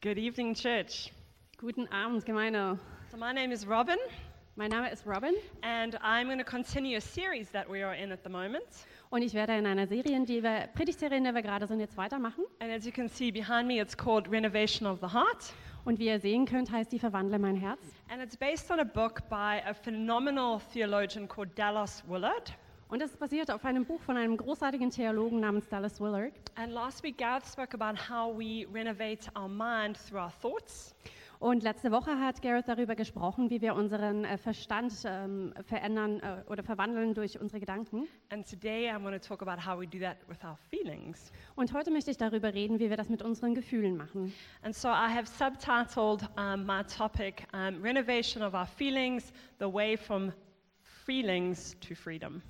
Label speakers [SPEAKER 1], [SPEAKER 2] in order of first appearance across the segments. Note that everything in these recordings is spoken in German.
[SPEAKER 1] Good evening, church.
[SPEAKER 2] Guten Abend, Gemeinde.
[SPEAKER 1] So, my name is Robin,
[SPEAKER 2] Mein Name ist Robin
[SPEAKER 1] and I'm going to continue a series that we are in at the moment.
[SPEAKER 2] und ich werde in einer Serie, in die wir, Predigtserie, in der wir gerade sind, jetzt weitermachen.
[SPEAKER 1] And as you can see behind me, it's called Renovation of the Heart.
[SPEAKER 2] Und wie ihr sehen könnt, heißt die Verwandle mein Herz.
[SPEAKER 1] And it's based on a book by a phenomenal theologian called Dallas Willard.
[SPEAKER 2] Und es basiert auf einem Buch von einem großartigen Theologen namens Dallas Willard.
[SPEAKER 1] And last week, Gareth spoke about how we renovate our mind through our thoughts.
[SPEAKER 2] Und letzte Woche hat Gareth darüber gesprochen, wie wir unseren äh, Verstand ähm, verändern äh, oder verwandeln durch unsere Gedanken.
[SPEAKER 1] And today, I'm going to talk about how we do that with our feelings.
[SPEAKER 2] Und heute möchte ich darüber reden, wie wir das mit unseren Gefühlen machen.
[SPEAKER 1] And so I have subtitled um, my topic um, Renovation of Our Feelings, the Way from Feelings to Freedom.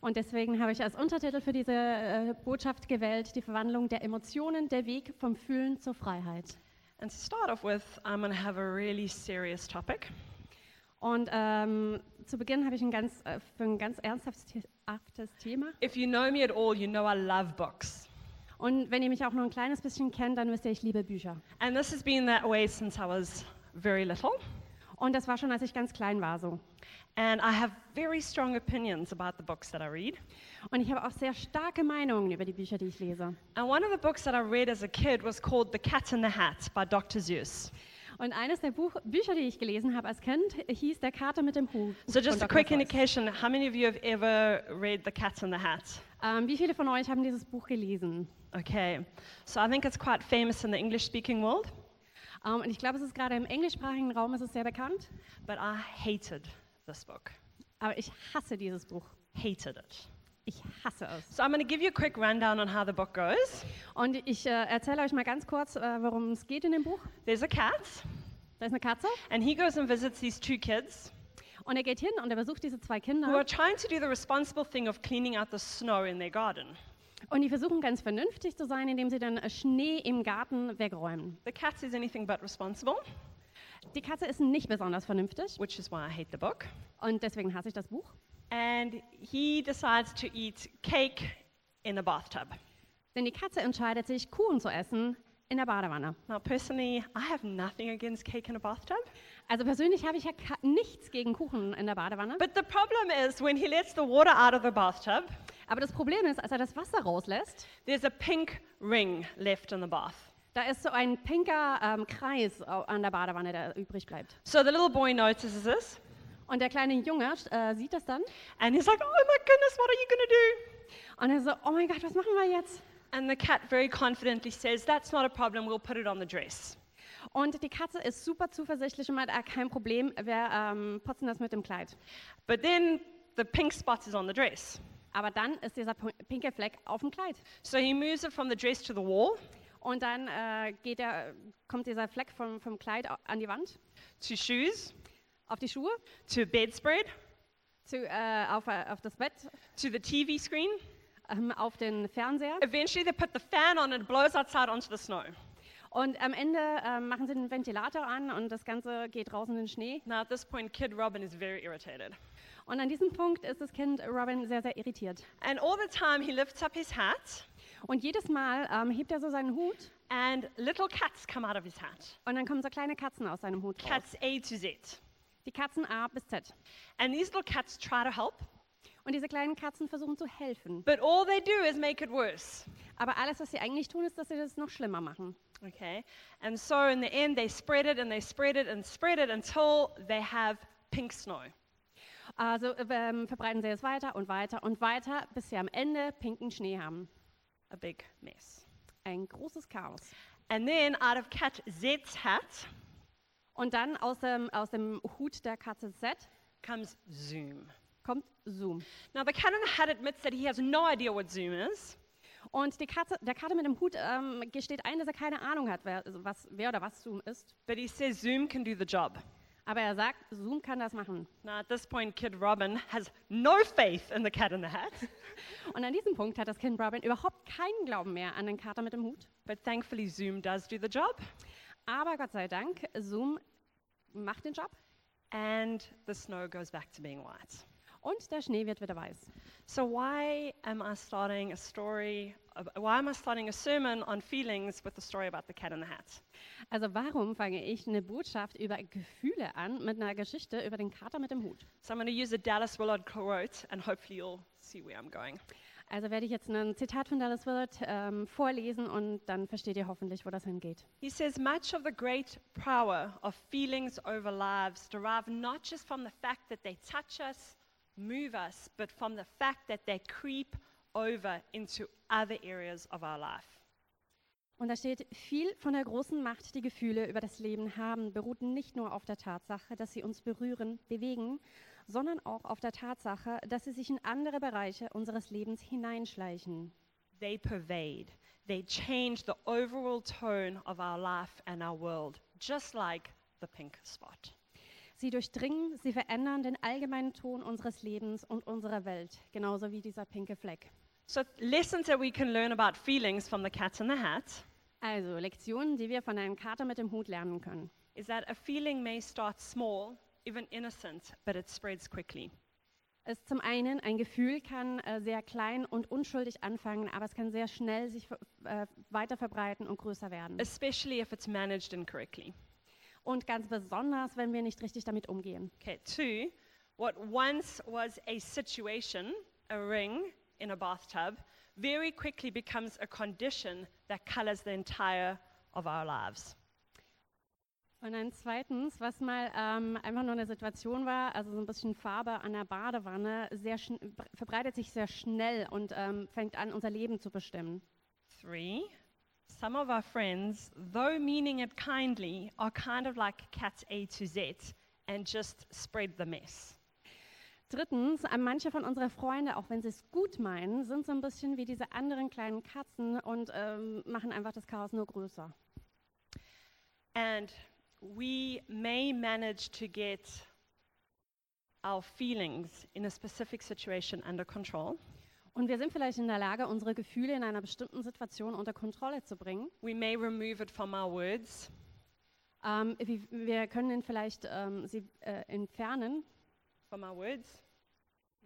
[SPEAKER 2] Und deswegen habe ich als Untertitel für diese äh, Botschaft gewählt, die Verwandlung der Emotionen, der Weg vom Fühlen zur Freiheit.
[SPEAKER 1] And to start off with, I'm going to have a really serious topic.
[SPEAKER 2] Und ähm, zu Beginn habe ich ein ganz, äh, für ein ganz ernsthaftes The- aftes Thema.
[SPEAKER 1] If you know me at all, you know I love books.
[SPEAKER 2] Und wenn ihr mich auch nur ein kleines bisschen kennt, dann wisst ihr, ich liebe Bücher.
[SPEAKER 1] And this has been that way since I was very little.
[SPEAKER 2] Und das war schon, als ich ganz klein war so.
[SPEAKER 1] And I have very strong opinions about the books that I read.
[SPEAKER 2] Und ich habe auch sehr starke Meinungen über die Bücher, die ich lese.
[SPEAKER 1] And one of the books that I read as a kid was called The Cat in the Hat by Dr. Zeus.
[SPEAKER 2] Und eines der Buch Bücher, die ich gelesen habe als Kind, hieß Der Kater mit dem Hut.
[SPEAKER 1] So,
[SPEAKER 2] von
[SPEAKER 1] just a
[SPEAKER 2] Dr.
[SPEAKER 1] quick
[SPEAKER 2] Seuss.
[SPEAKER 1] indication how many of you have ever read The Cat in the Hat?
[SPEAKER 2] Ähm, wie viele von euch haben dieses Buch gelesen?
[SPEAKER 1] Okay, so I think it's quite famous in the English speaking world,
[SPEAKER 2] Ähm, und ich glaube, es ist gerade im englischsprachigen Raum ist es sehr bekannt.
[SPEAKER 1] but I hated this book.
[SPEAKER 2] Aber ich hasse dieses Buch.
[SPEAKER 1] Hated it.
[SPEAKER 2] Ich hasse es.
[SPEAKER 1] So I'm going to give you a quick rundown on how the book goes.
[SPEAKER 2] Und ich äh, erzähle euch mal ganz kurz, äh, worum es geht in dem Buch.
[SPEAKER 1] There's a cat,
[SPEAKER 2] Da ist eine Katze
[SPEAKER 1] and he goes and visits these two kids
[SPEAKER 2] und er geht hin und er besucht diese zwei
[SPEAKER 1] who are
[SPEAKER 2] Kinder
[SPEAKER 1] trying to do the responsible thing of cleaning out the snow in their garden.
[SPEAKER 2] und die versuchen ganz vernünftig zu sein, indem sie dann äh, Schnee im Garten wegräumen.
[SPEAKER 1] The cat is anything but responsible,
[SPEAKER 2] Die Katze ist nicht besonders vernünftig
[SPEAKER 1] which is why I hate the book.
[SPEAKER 2] und deswegen hasse ich das Buch.
[SPEAKER 1] And he decides to eat cake in the bathtub.
[SPEAKER 2] Denn die Katze entscheidet sich, Kuchen zu essen in der Badewanne.
[SPEAKER 1] Now, personally, I have nothing against cake in a bathtub.
[SPEAKER 2] Also persönlich habe ich ja ka- nichts gegen Kuchen in der Badewanne.
[SPEAKER 1] But the problem is when he lets the water out of the bathtub,
[SPEAKER 2] Aber das Problem ist, als er das Wasser rauslässt,
[SPEAKER 1] There's a pink ring left in the bath.
[SPEAKER 2] da ist so ein pinker ähm, Kreis au- an der Badewanne, der übrig bleibt.
[SPEAKER 1] So the little boy notices this
[SPEAKER 2] Und der kleine Junge äh, sieht das dann
[SPEAKER 1] and he's like, Oh my goodness, what are you going to do?
[SPEAKER 2] und er so, oh mein Gott, was machen wir jetzt?
[SPEAKER 1] And the cat very confidently says, That's not a problem, we'll put it on the dress.
[SPEAKER 2] Und die Katze ist super zuversichtlich und meint, ah, kein Problem, wir ähm, putzen das mit dem Kleid.
[SPEAKER 1] But then the pink spot is on the dress.
[SPEAKER 2] Aber dann ist dieser pu- pinke Fleck auf dem Kleid.
[SPEAKER 1] So he moves it from the dress to the wall
[SPEAKER 2] Und dann äh, geht der, kommt dieser Fleck vom, vom Kleid au- an die Wand,
[SPEAKER 1] to shoes,
[SPEAKER 2] auf die Schuhe,
[SPEAKER 1] to a bedspread,
[SPEAKER 2] zu, äh, auf, äh, auf das Bett,
[SPEAKER 1] to the TV screen.
[SPEAKER 2] ähm, auf den Fernseher.
[SPEAKER 1] Eventually they put the fan on and it blows outside onto the snow.
[SPEAKER 2] Und am Ende ähm, machen sie den Ventilator an und das Ganze geht draußen in den Schnee.
[SPEAKER 1] Now at this point, Kid Robin is very irritated.
[SPEAKER 2] Und an diesem Punkt ist das Kind Robin sehr, sehr irritiert.
[SPEAKER 1] And all the time he lifts up his hat
[SPEAKER 2] Und jedes Mal ähm, hebt er so seinen Hut
[SPEAKER 1] and little cats come out of his hat.
[SPEAKER 2] und dann kommen so kleine Katzen aus seinem Hut raus.
[SPEAKER 1] cats A to Z.
[SPEAKER 2] Die Katzen A bis Z.
[SPEAKER 1] And these little cats try to help,
[SPEAKER 2] Und diese kleinen Katzen versuchen zu helfen.
[SPEAKER 1] but all they do is make it worse.
[SPEAKER 2] Aber alles, was sie eigentlich tun, ist, dass sie das noch schlimmer machen.
[SPEAKER 1] Okay? And so in the end, they spread it and they spread it and spread it until they have pink snow.
[SPEAKER 2] Also äh, ähm, verbreiten sie es weiter und weiter und weiter, bis sie am Ende pinken Schnee haben.
[SPEAKER 1] A big mess.
[SPEAKER 2] Ein großes Chaos.
[SPEAKER 1] And then out of cat Z's hat
[SPEAKER 2] Und dann aus dem, aus dem Hut der Katze Z
[SPEAKER 1] comes Zoom.
[SPEAKER 2] kommt Zoom.
[SPEAKER 1] Now, the cat in the hat admits that he has no idea what Zoom is,
[SPEAKER 2] Und die Katze, der Kater mit dem Hut ähm, gesteht ein, dass er keine Ahnung hat, wer, also was, wer oder was Zoom ist.
[SPEAKER 1] but he says Zoom can do the job.
[SPEAKER 2] Aber er sagt, Zoom kann das machen.
[SPEAKER 1] Now, at this point, Kid Robin has no faith in the cat in the hat,
[SPEAKER 2] Und an diesem Punkt hat das Kind Robin überhaupt keinen Glauben mehr an den Kater mit dem Hut.
[SPEAKER 1] but thankfully, Zoom does do the job.
[SPEAKER 2] Aber Gott sei Dank, Zoom macht den Job
[SPEAKER 1] And the snow goes back to being white.
[SPEAKER 2] und der Schnee wird wieder weiß.
[SPEAKER 1] So why am I starting a story? ab- Why am I starting a sermon on feelings with the story about the cat in the hat?
[SPEAKER 2] Also warum fange ich eine Botschaft über Gefühle an mit einer Geschichte über den Kater mit dem Hut?
[SPEAKER 1] So I'm going to use a Dallas Willard quote, and hopefully you'll see where I'm going.
[SPEAKER 2] Also werde ich jetzt ein Zitat von Dallas Willard ähm, vorlesen und dann versteht ihr hoffentlich, wo das hingeht.
[SPEAKER 1] He says, Much of the great power of feelings over lives derive not just from the fact that they touch us, move us, but from the fact that they creep over into other areas of our life.
[SPEAKER 2] Und da steht, viel von der großen Macht, die Gefühle über das Leben haben, beruht nicht nur auf der Tatsache, dass sie uns berühren, bewegen, sondern auch auf der Tatsache, dass sie sich in andere Bereiche unseres Lebens hineinschleichen.
[SPEAKER 1] They pervade, they change the overall tone of our life and our world, just like the pink spot.
[SPEAKER 2] Sie durchdringen, sie verändern den allgemeinen Ton unseres Lebens und unserer Welt, genauso wie dieser pinke Fleck.
[SPEAKER 1] So, lessons that we can learn about feelings from the cat in the hat
[SPEAKER 2] Also Lektionen, die wir von einem Kater mit dem Hut lernen können.
[SPEAKER 1] is that a feeling may start small, even innocent, but it spreads quickly.
[SPEAKER 2] Es zum einen, ein Gefühl kann äh, sehr klein und unschuldig anfangen, aber es kann sehr schnell sich ver- äh, weiter verbreiten und größer werden.
[SPEAKER 1] especially if it's managed incorrectly.
[SPEAKER 2] Und ganz besonders, wenn wir nicht richtig damit umgehen.
[SPEAKER 1] Okay, two, what once was a situation, a ring in a bathtub, very quickly becomes a condition that colors the entire of our lives.
[SPEAKER 2] Und dann zweitens, was mal ähm, einfach nur eine Situation war, also so ein bisschen Farbe an der Badewanne, sehr schn- br- verbreitet sich sehr schnell und ähm, fängt an, unser Leben zu bestimmen.
[SPEAKER 1] Three, some of our friends, though meaning it kindly, are kind of like cat A to Z and just spread the mess.
[SPEAKER 2] Drittens, äh, manche von unserer Freunde, auch wenn sie es gut meinen, sind so ein bisschen wie diese anderen kleinen Katzen und ähm, machen einfach das Chaos nur größer.
[SPEAKER 1] And we may manage to get our feelings in a specific situation under control.
[SPEAKER 2] Und wir sind vielleicht in der Lage, unsere Gefühle in einer bestimmten Situation unter Kontrolle zu bringen.
[SPEAKER 1] We may remove it from our words,
[SPEAKER 2] Ähm, wir, wir können ihn vielleicht ähm, sie äh, entfernen,
[SPEAKER 1] from our words,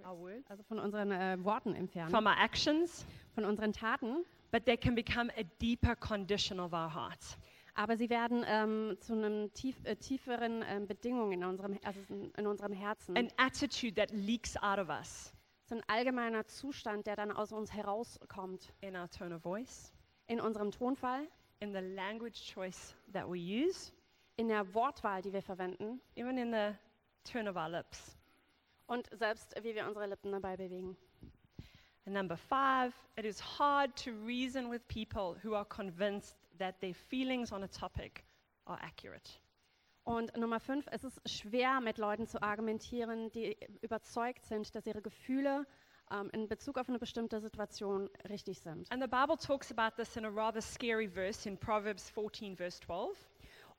[SPEAKER 1] our words,
[SPEAKER 2] also von unseren äh, Worten entfernen,
[SPEAKER 1] from our actions,
[SPEAKER 2] von unseren Taten.
[SPEAKER 1] but they can become a deeper condition of our hearts.
[SPEAKER 2] Aber sie werden ähm, zu einem tief, äh, tieferen ähm, Bedingung in unserem, also in, in unserem Herzen.
[SPEAKER 1] An attitude that leaks out of us
[SPEAKER 2] so ein allgemeiner Zustand, der dann aus uns herauskommt.
[SPEAKER 1] in our tone of voice,
[SPEAKER 2] In unserem Tonfall,
[SPEAKER 1] in the language choice that we use,
[SPEAKER 2] in der Wortwahl, die wir verwenden
[SPEAKER 1] even in the turn of our lips.
[SPEAKER 2] und selbst, wie wir unsere Lippen dabei bewegen.
[SPEAKER 1] And number five, it is hard to reason with people who are convinced that their feelings on a topic are accurate.
[SPEAKER 2] Und Nummer fünf, es ist schwer, mit Leuten zu argumentieren, die überzeugt sind, dass ihre Gefühle ähm, in Bezug auf eine bestimmte Situation richtig sind.
[SPEAKER 1] And the Bible talks about this in a rather scary verse in Proverbs 14, verse 12.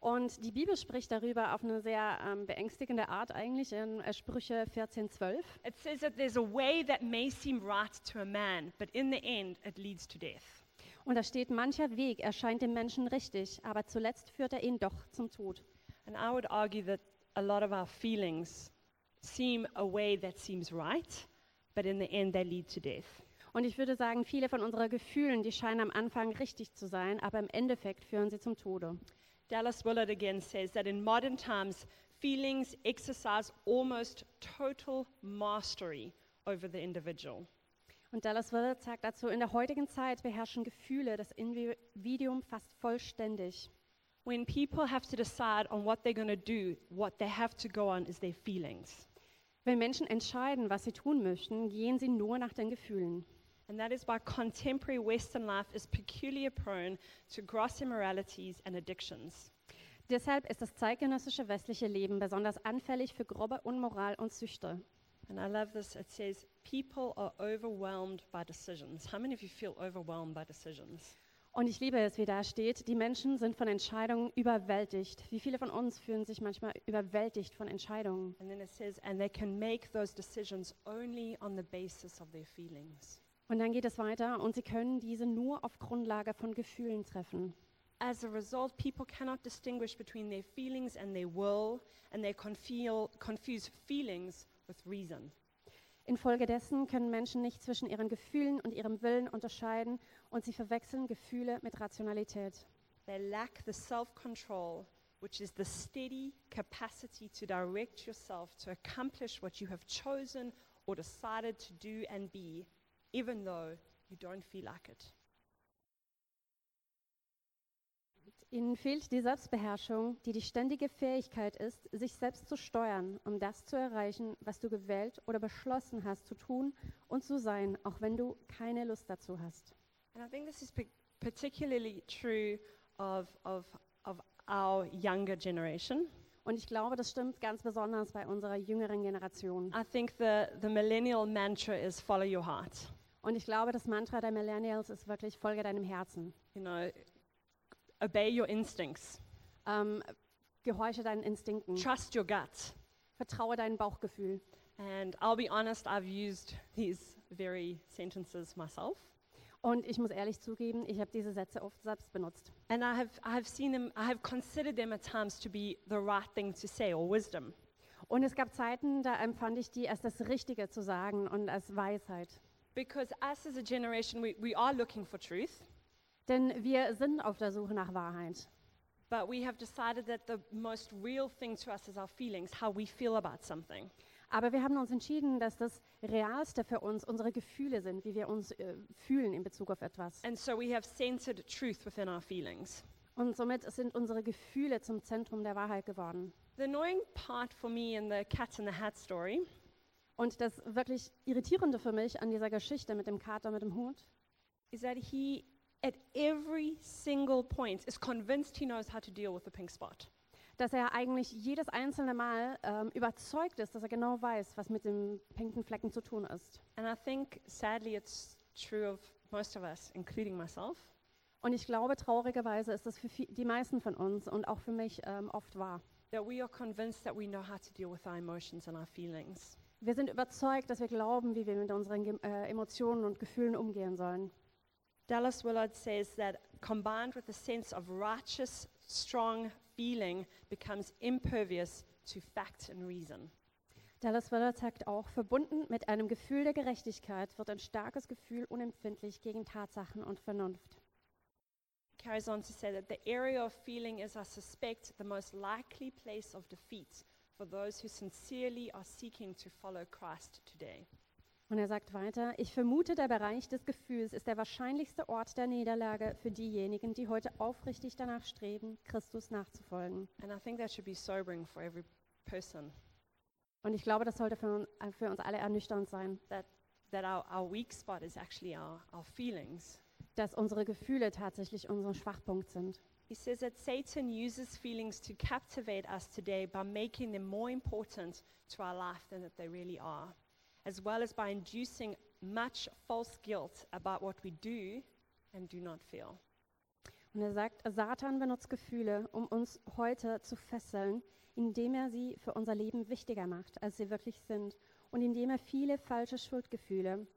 [SPEAKER 2] Und die Bibel spricht darüber auf eine sehr ähm, beängstigende Art eigentlich in äh, Sprüche 14, 12.
[SPEAKER 1] It says that there's a way that may seem right to a man, but in the end, it leads to death.
[SPEAKER 2] Und da steht, mancher Weg erscheint dem Menschen richtig, aber zuletzt führt er ihn doch zum Tod.
[SPEAKER 1] And I would argue that a lot of our feelings seem a way that seems right, but in the end, they lead to death.
[SPEAKER 2] Und ich würde sagen, viele von unseren Gefühlen, die scheinen am Anfang richtig zu sein, aber im Endeffekt führen sie zum Tode.
[SPEAKER 1] Dallas Willard again says that in modern times, feelings exercise almost total mastery over the individual.
[SPEAKER 2] Und Dallas Willard sagt dazu, in der heutigen Zeit beherrschen Gefühle das Individuum fast vollständig.
[SPEAKER 1] When people have to decide on what they're going to do, what they have to go on is their feelings.
[SPEAKER 2] Wenn Menschen entscheiden, was sie tun möchten, gehen sie nur nach den Gefühlen.
[SPEAKER 1] And that is why contemporary Western life is peculiar prone to gross immoralities and addictions.
[SPEAKER 2] Deshalb ist das zeitgenössische westliche Leben besonders anfällig für grobe Unmoral und Süchte.
[SPEAKER 1] And I love this. It says, People are overwhelmed by decisions. How many of you feel overwhelmed by decisions?
[SPEAKER 2] Und ich liebe es, wie da steht, die Menschen sind von Entscheidungen überwältigt. Wie viele von uns fühlen sich manchmal überwältigt von Entscheidungen?
[SPEAKER 1] And then it says, And they can make those decisions only on the basis of their feelings.
[SPEAKER 2] Und dann geht es weiter und sie können diese nur auf Grundlage von Gefühlen treffen.
[SPEAKER 1] As a result, people cannot distinguish between their feelings and their will, and they confeel, confuse feelings with reason.
[SPEAKER 2] Infolgedessen können Menschen nicht zwischen ihren Gefühlen und ihrem Willen unterscheiden und sie verwechseln Gefühle mit Rationalität.
[SPEAKER 1] They lack the self control, which is the steady capacity to direct yourself to accomplish what you have chosen or decided to do and be, even though you don't feel like it.
[SPEAKER 2] Ihnen fehlt die Selbstbeherrschung, die die ständige Fähigkeit ist, sich selbst zu steuern, um das zu erreichen, was du gewählt oder beschlossen hast zu tun und zu sein, auch wenn du keine Lust dazu hast.
[SPEAKER 1] And I think this is pa- particularly true of, of, of our younger generation.
[SPEAKER 2] Und ich glaube, das stimmt ganz besonders bei unserer jüngeren Generation.
[SPEAKER 1] I think the, the millennial mantra is follow your heart.
[SPEAKER 2] Und ich glaube, das Mantra der Millennials ist wirklich Folge deinem Herzen.
[SPEAKER 1] You know, obey your instincts,
[SPEAKER 2] Ähm, gehorche deinen Instinkten.
[SPEAKER 1] trust your gut.
[SPEAKER 2] Vertraue deinem Bauchgefühl.
[SPEAKER 1] And I'll be honest, I've used these very sentences myself.
[SPEAKER 2] Und ich muss ehrlich zugeben, ich habe diese Sätze oft selbst benutzt.
[SPEAKER 1] And I have, I have seen them, I have considered them at times to be the right thing to say or wisdom.
[SPEAKER 2] Und es gab Zeiten, da empfand ich die als das Richtige zu sagen und als Weisheit.
[SPEAKER 1] Because us as a generation, we, we are looking for truth,
[SPEAKER 2] Denn wir sind auf der Suche nach Wahrheit.
[SPEAKER 1] but we have decided that the most real thing to us is our feelings, how we feel about something.
[SPEAKER 2] Aber wir haben uns entschieden, dass das Realste für uns unsere Gefühle sind, wie wir uns äh, fühlen in Bezug auf etwas.
[SPEAKER 1] And so we have centered truth within our feelings.
[SPEAKER 2] Und somit sind unsere Gefühle zum Zentrum der Wahrheit geworden.
[SPEAKER 1] The annoying part for me in the cat in the hat story
[SPEAKER 2] Und das wirklich Irritierende für mich an dieser Geschichte mit dem Kater mit dem Hut
[SPEAKER 1] is that he, at every single point, is convinced he knows how to deal with the pink spot.
[SPEAKER 2] dass er eigentlich jedes einzelne Mal ähm, überzeugt ist, dass er genau weiß, was mit dem pinken Flecken zu tun ist.
[SPEAKER 1] And I think, sadly, it's true of most of us, including myself.
[SPEAKER 2] Und ich glaube, traurigerweise ist das für vi- die meisten von uns und auch für mich ähm, oft wahr.
[SPEAKER 1] That we are convinced that we know how to deal with our emotions and our feelings.
[SPEAKER 2] Wir sind überzeugt, dass wir glauben, wie wir mit unseren Gem- äh, Emotionen und Gefühlen umgehen sollen.
[SPEAKER 1] Dallas Willard says that combined with a sense of righteous, strong feeling becomes impervious to fact and reason.
[SPEAKER 2] Dallas Willard sagt auch, verbunden mit einem Gefühl der Gerechtigkeit wird ein starkes Gefühl unempfindlich gegen Tatsachen und Vernunft.
[SPEAKER 1] Carries on to say that the area of feeling is, I suspect, the most likely place of defeat for those who sincerely are seeking to follow Christ today.
[SPEAKER 2] Und er sagt weiter, ich vermute, der Bereich des Gefühls ist der wahrscheinlichste Ort der Niederlage für diejenigen, die heute aufrichtig danach streben, Christus nachzufolgen.
[SPEAKER 1] And I think that should be sobering for every person.
[SPEAKER 2] Und ich glaube, das sollte für, un- für uns alle ernüchternd sein,
[SPEAKER 1] that that our, our weak spot is actually our, our feelings.
[SPEAKER 2] dass unsere Gefühle tatsächlich unser Schwachpunkt sind.
[SPEAKER 1] He says that Satan uses feelings to captivate us today by making them more important to our life than that they really are, as well as by inducing much false guilt about what we do and do not feel.
[SPEAKER 2] Und er sagt, Satan benutzt Gefühle, um uns heute zu fesseln, indem er sie für unser Leben wichtiger macht, als sie wirklich sind. Und indem er viele falsche Schuldgefühle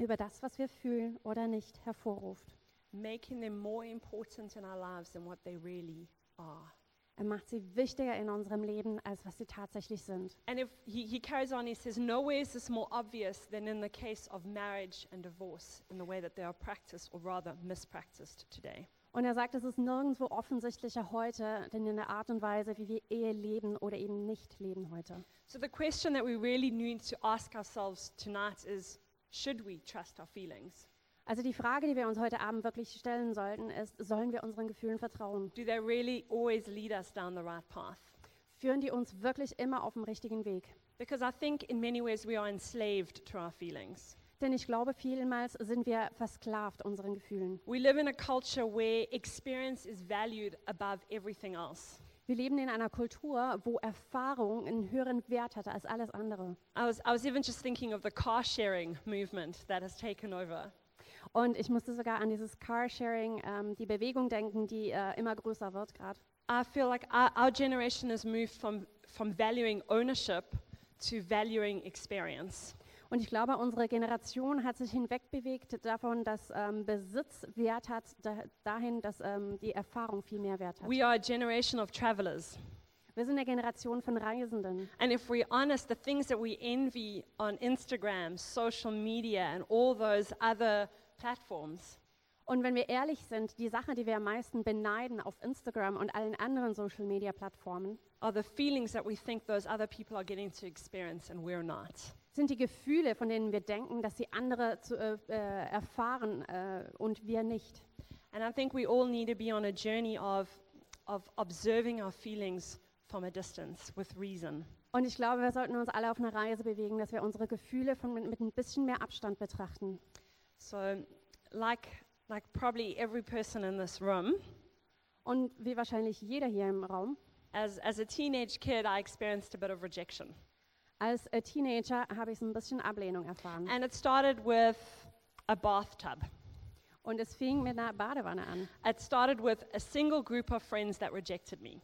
[SPEAKER 2] über das, was wir fühlen oder nicht, hervorruft.
[SPEAKER 1] Making them more important in our lives than what they really are.
[SPEAKER 2] Er macht sie wichtiger in unserem Leben, als was sie tatsächlich sind.
[SPEAKER 1] And if he, he carries on, he says, Nowhere is this more obvious than in the case of marriage and divorce, in the way that they are practiced, or rather mispracticed today.
[SPEAKER 2] Und er sagt, es ist nirgendwo offensichtlicher heute, denn in der Art und Weise, wie wir Ehe leben oder eben nicht leben heute.
[SPEAKER 1] So, the question that we really need to ask ourselves tonight is should we trust our feelings?
[SPEAKER 2] Also die Frage, die wir uns heute Abend wirklich stellen sollten, ist, sollen wir unseren Gefühlen vertrauen?
[SPEAKER 1] Do they really always lead us down the right path?
[SPEAKER 2] Führen die uns wirklich immer auf dem richtigen Weg?
[SPEAKER 1] Because I think in many ways we are enslaved to our feelings.
[SPEAKER 2] Denn ich glaube, vielmals sind wir versklavt unseren Gefühlen.
[SPEAKER 1] We live in a culture where experience is valued above everything else.
[SPEAKER 2] Wir leben in einer Kultur, wo Erfahrung einen höheren Wert hatte als alles andere.
[SPEAKER 1] I was, I was even just thinking of the car sharing movement that has taken over.
[SPEAKER 2] Und ich musste sogar an dieses Carsharing, ähm, die Bewegung denken, die äh, immer größer wird gerade.
[SPEAKER 1] I feel like our, our generation has moved from, from valuing ownership to valuing experience.
[SPEAKER 2] Und ich glaube, unsere Generation hat sich hinwegbewegt davon, dass ähm, Besitz Wert hat, da, dahin, dass ähm, die Erfahrung viel mehr Wert hat.
[SPEAKER 1] We are a generation of travelers.
[SPEAKER 2] Wir sind eine Generation von Reisenden.
[SPEAKER 1] And if we're honest, the things that we envy on Instagram, social media, and all those other platforms
[SPEAKER 2] Und wenn wir ehrlich sind, die Sache, die wir am meisten beneiden auf Instagram und allen anderen Social-Media-Plattformen,
[SPEAKER 1] are the feelings that we think those other people are getting to experience and we're not.
[SPEAKER 2] sind die Gefühle, von denen wir denken, dass sie andere zu, äh, äh, erfahren äh, und wir nicht.
[SPEAKER 1] And I think we all need to be on a journey of, of observing our feelings from a distance with reason.
[SPEAKER 2] Und ich glaube, wir sollten uns alle auf eine Reise bewegen, dass wir unsere Gefühle von, mit, mit ein bisschen mehr Abstand betrachten.
[SPEAKER 1] So, like, like probably every person in this room,
[SPEAKER 2] Und wie wahrscheinlich jeder hier im Raum,
[SPEAKER 1] as, as a teenage kid, I experienced a bit of rejection.
[SPEAKER 2] als äh, Teenager habe ich so ein bisschen Ablehnung erfahren.
[SPEAKER 1] And it started with a bathtub.
[SPEAKER 2] Und es fing mit einer Badewanne an.
[SPEAKER 1] It started with a single group of friends that rejected me.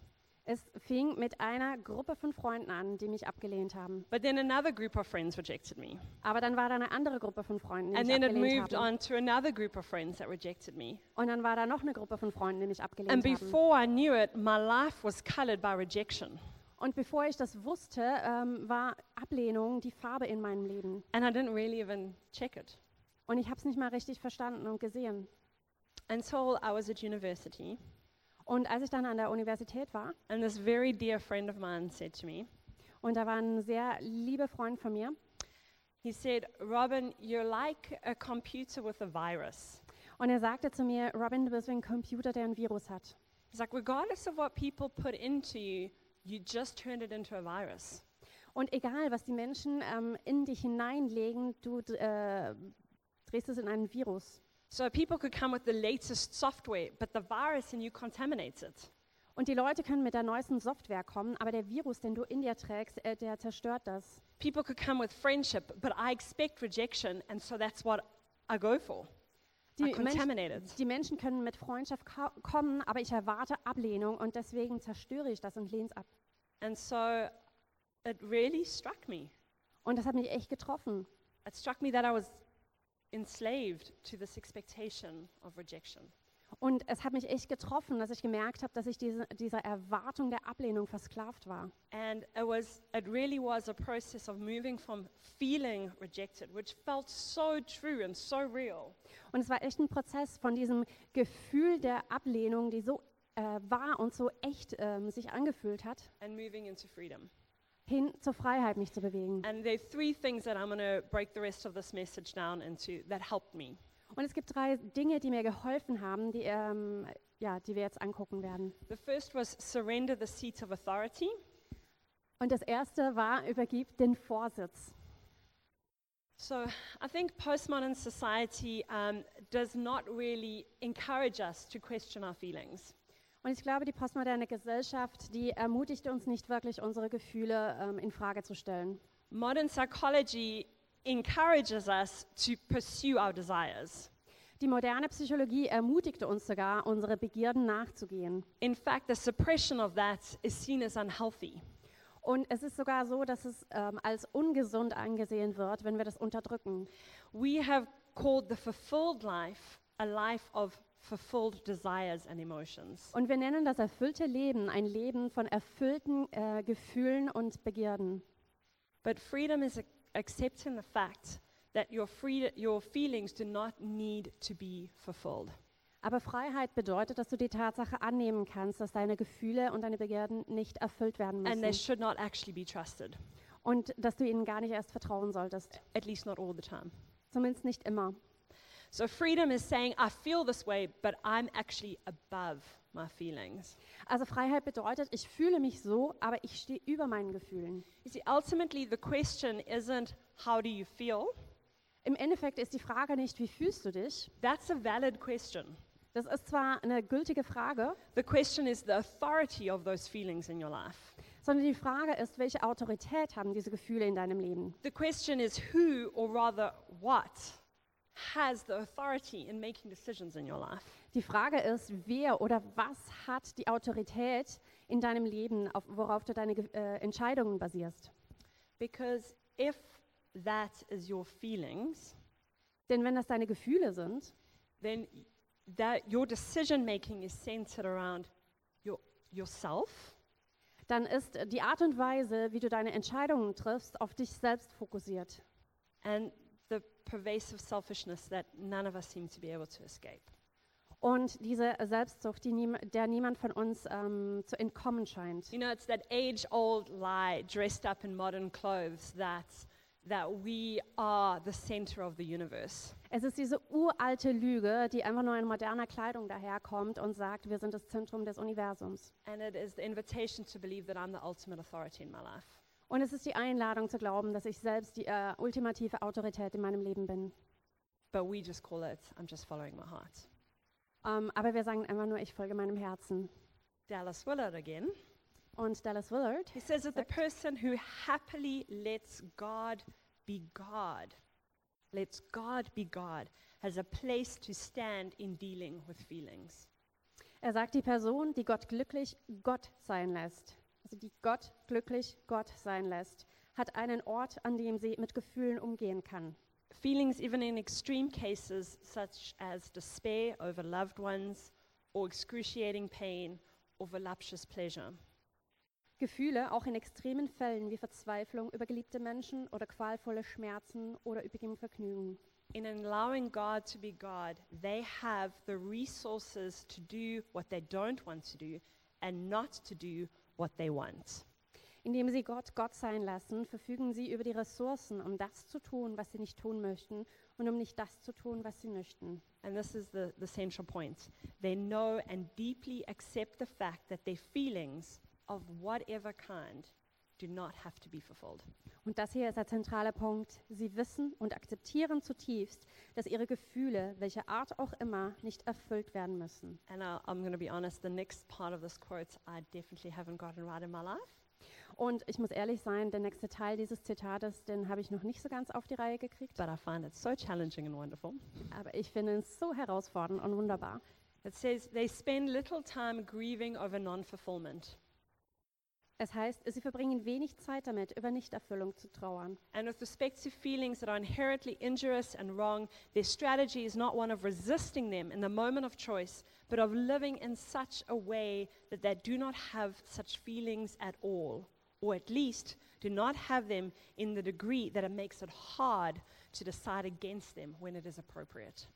[SPEAKER 2] Es fing mit einer Gruppe von Freunden an, die mich abgelehnt haben.
[SPEAKER 1] But then another group of friends rejected me.
[SPEAKER 2] Aber dann war da eine andere Gruppe von Freunden, die
[SPEAKER 1] And
[SPEAKER 2] mich
[SPEAKER 1] then it
[SPEAKER 2] abgelehnt
[SPEAKER 1] moved
[SPEAKER 2] haben.
[SPEAKER 1] on to another group of friends that rejected me.
[SPEAKER 2] Und dann war da noch eine Gruppe von Freunden, die mich
[SPEAKER 1] And
[SPEAKER 2] abgelehnt haben.
[SPEAKER 1] before I knew it, my life was colored by rejection.
[SPEAKER 2] Und bevor ich das wusste, ähm, war Ablehnung die Farbe in meinem Leben.
[SPEAKER 1] And I didn't really even check it
[SPEAKER 2] Und ich habe es nicht mal richtig verstanden und gesehen.
[SPEAKER 1] until I was at university.
[SPEAKER 2] Und als ich dann an der Universität war,
[SPEAKER 1] And this very dear friend of mine said to me,
[SPEAKER 2] und da war ein sehr lieber Freund von mir,
[SPEAKER 1] he said, Robin, you're like a computer with a virus.
[SPEAKER 2] und er sagte zu mir, Robin, du bist wie ein Computer, der ein Virus hat.
[SPEAKER 1] He's like, regardless of what people put into you, you just turned it into a virus.
[SPEAKER 2] Und egal, was die Menschen ähm, in dich hineinlegen, du äh, drehst es in einen Virus.
[SPEAKER 1] So people could come with the latest software, but the virus in you contaminates it.
[SPEAKER 2] Und die Leute können mit der neuesten Software kommen, aber der Virus, den du in dir trägst, äh, der zerstört das.
[SPEAKER 1] People could come with friendship, but I expect rejection, and so that's what I go for. I
[SPEAKER 2] Die,
[SPEAKER 1] contaminate it.
[SPEAKER 2] die Menschen können mit Freundschaft ka- kommen, aber ich erwarte Ablehnung und deswegen zerstöre ich das und lehne es ab.
[SPEAKER 1] And so it really struck me.
[SPEAKER 2] Und das hat mich echt getroffen.
[SPEAKER 1] It struck me that I was enslaved to this expectation of rejection.
[SPEAKER 2] Und es hat mich echt getroffen, dass ich gemerkt habe, dass ich diese, dieser Erwartung der Ablehnung versklavt war.
[SPEAKER 1] And it was it really was a process of moving from feeling rejected, which felt so true and so real,
[SPEAKER 2] Und es war echt ein Prozess von diesem Gefühl der Ablehnung, die so äh, wahr und so echt ähm, sich angefühlt hat,
[SPEAKER 1] and moving into freedom.
[SPEAKER 2] hin zur Freiheit mich zu bewegen.
[SPEAKER 1] And there are three things that I'm going to break the rest of this message down into that helped me.
[SPEAKER 2] Und es gibt drei Dinge, die mir geholfen haben, die, ähm, ja, die wir jetzt angucken werden.
[SPEAKER 1] The first was surrender the seat of authority.
[SPEAKER 2] Und das erste war, übergib den Vorsitz.
[SPEAKER 1] So I think postmodern society um, does not really encourage us to question our feelings.
[SPEAKER 2] Und ich glaube, die postmoderne Gesellschaft, die ermutigt uns nicht wirklich, unsere Gefühle ähm, in Frage zu stellen.
[SPEAKER 1] Modern psychology encourages us to pursue our desires.
[SPEAKER 2] Die moderne Psychologie ermutigte uns sogar, unsere Begierden nachzugehen.
[SPEAKER 1] In fact, the suppression of that is seen as unhealthy.
[SPEAKER 2] Und es ist sogar so, dass es ähm, als ungesund angesehen wird, wenn wir das unterdrücken.
[SPEAKER 1] We have called the fulfilled life a life of fulfilled desires and emotions.
[SPEAKER 2] Und wir nennen das erfüllte Leben ein Leben von erfüllten äh, Gefühlen und Begierden.
[SPEAKER 1] But freedom is ac- accepting the fact that your, free- your feelings do not need to be fulfilled.
[SPEAKER 2] Aber Freiheit bedeutet, dass du die Tatsache annehmen kannst, dass deine Gefühle und deine Begierden nicht erfüllt werden
[SPEAKER 1] And they
[SPEAKER 2] müssen
[SPEAKER 1] should not actually be trusted,
[SPEAKER 2] und dass du ihnen gar nicht erst vertrauen solltest.
[SPEAKER 1] at least not all the time.
[SPEAKER 2] Zumindest nicht immer.
[SPEAKER 1] So, freedom is saying, I feel this way, but I'm actually above my feelings.
[SPEAKER 2] Also Freiheit bedeutet, ich fühle mich so, aber ich stehe über meinen Gefühlen.
[SPEAKER 1] You see, ultimately, the question isn't, How do you feel?
[SPEAKER 2] Im Endeffekt ist die Frage nicht, wie fühlst du dich?
[SPEAKER 1] That's a valid question.
[SPEAKER 2] Das ist zwar eine gültige Frage,
[SPEAKER 1] The question is the authority of those feelings in your life.
[SPEAKER 2] sondern die Frage ist, welche Autorität haben diese Gefühle in deinem Leben?
[SPEAKER 1] The question is who, or rather what, has the authority in making decisions in your life?
[SPEAKER 2] Die Frage ist, wer oder was hat die Autorität in deinem Leben, auf, worauf du deine Ge- äh, Entscheidungen basierst?
[SPEAKER 1] Because if that is your feelings,
[SPEAKER 2] Denn wenn das deine Gefühle sind,
[SPEAKER 1] then that your decision making is centered around your, yourself
[SPEAKER 2] dann ist die Art und Weise, wie du deine Entscheidungen triffst, auf dich selbst fokussiert.
[SPEAKER 1] and the pervasive selfishness that none of us seem to be able to escape.
[SPEAKER 2] Und diese Selbstsucht, die niem der niemand von uns ähm, zu entkommen scheint.
[SPEAKER 1] You know, it's that age old lie dressed up in modern clothes that, that we are the center of the universe.
[SPEAKER 2] Es ist diese uralte Lüge, die einfach nur in moderner Kleidung daherkommt und sagt, wir sind das Zentrum des Universums.
[SPEAKER 1] And it is the invitation to believe that I'm the ultimate authority in my life.
[SPEAKER 2] Und es ist die Einladung zu glauben, dass ich selbst die äh, ultimative Autorität in meinem Leben bin.
[SPEAKER 1] But we just call it, I'm just following my heart.
[SPEAKER 2] Ähm, aber wir sagen einfach nur, ich folge meinem Herzen.
[SPEAKER 1] Dallas Willard again.
[SPEAKER 2] Und Dallas Willard,
[SPEAKER 1] He says that the person who happily lets God be God, lets God be God, has a place to stand in dealing with feelings.
[SPEAKER 2] er sagt, die Person, die Gott glücklich Gott sein lässt, also die Gott glücklich Gott sein lässt, hat einen Ort, an dem sie mit Gefühlen umgehen kann.
[SPEAKER 1] Feelings, even in extreme cases such as despair over loved ones, or excruciating pain, or voluptuous pleasure.
[SPEAKER 2] Gefühle, auch in extremen Fällen wie Verzweiflung über geliebte Menschen oder qualvolle Schmerzen oder üppigem Vergnügen.
[SPEAKER 1] In allowing God to be God, they have the resources to do what they don't want to do and not to do what they want.
[SPEAKER 2] Indem sie Gott Gott sein lassen, verfügen sie über die Ressourcen, um das zu tun, was sie nicht tun möchten und um nicht das zu tun, was sie möchten.
[SPEAKER 1] And this is the, the central point. They know and deeply accept the fact that their feelings of whatever kind do not have to be fulfilled.
[SPEAKER 2] Und das hier ist der zentrale Punkt. Sie wissen und akzeptieren zutiefst, dass ihre Gefühle, welche Art auch immer, nicht erfüllt werden müssen.
[SPEAKER 1] And I, I'm going to be honest, the next part of this quote I definitely haven't gotten right in my life.
[SPEAKER 2] Und ich muss ehrlich sein, der nächste Teil dieses Zitates, den habe ich noch nicht so ganz auf die Reihe gekriegt,
[SPEAKER 1] But I find it so challenging and wonderful.
[SPEAKER 2] aber ich finde es so herausfordernd und wunderbar.
[SPEAKER 1] It says, they spend little time grieving over non fulfillment.
[SPEAKER 2] Es heißt, sie verbringen wenig Zeit damit, über Nichterfüllung zu trauern.
[SPEAKER 1] And with respect to feelings that are inherently injurious and wrong, their strategy is not one of resisting them in the moment of choice, but of living in such a way that they do not have such feelings at all, or at least do not have them in the degree that it makes it hard to decide against them when it is appropriate.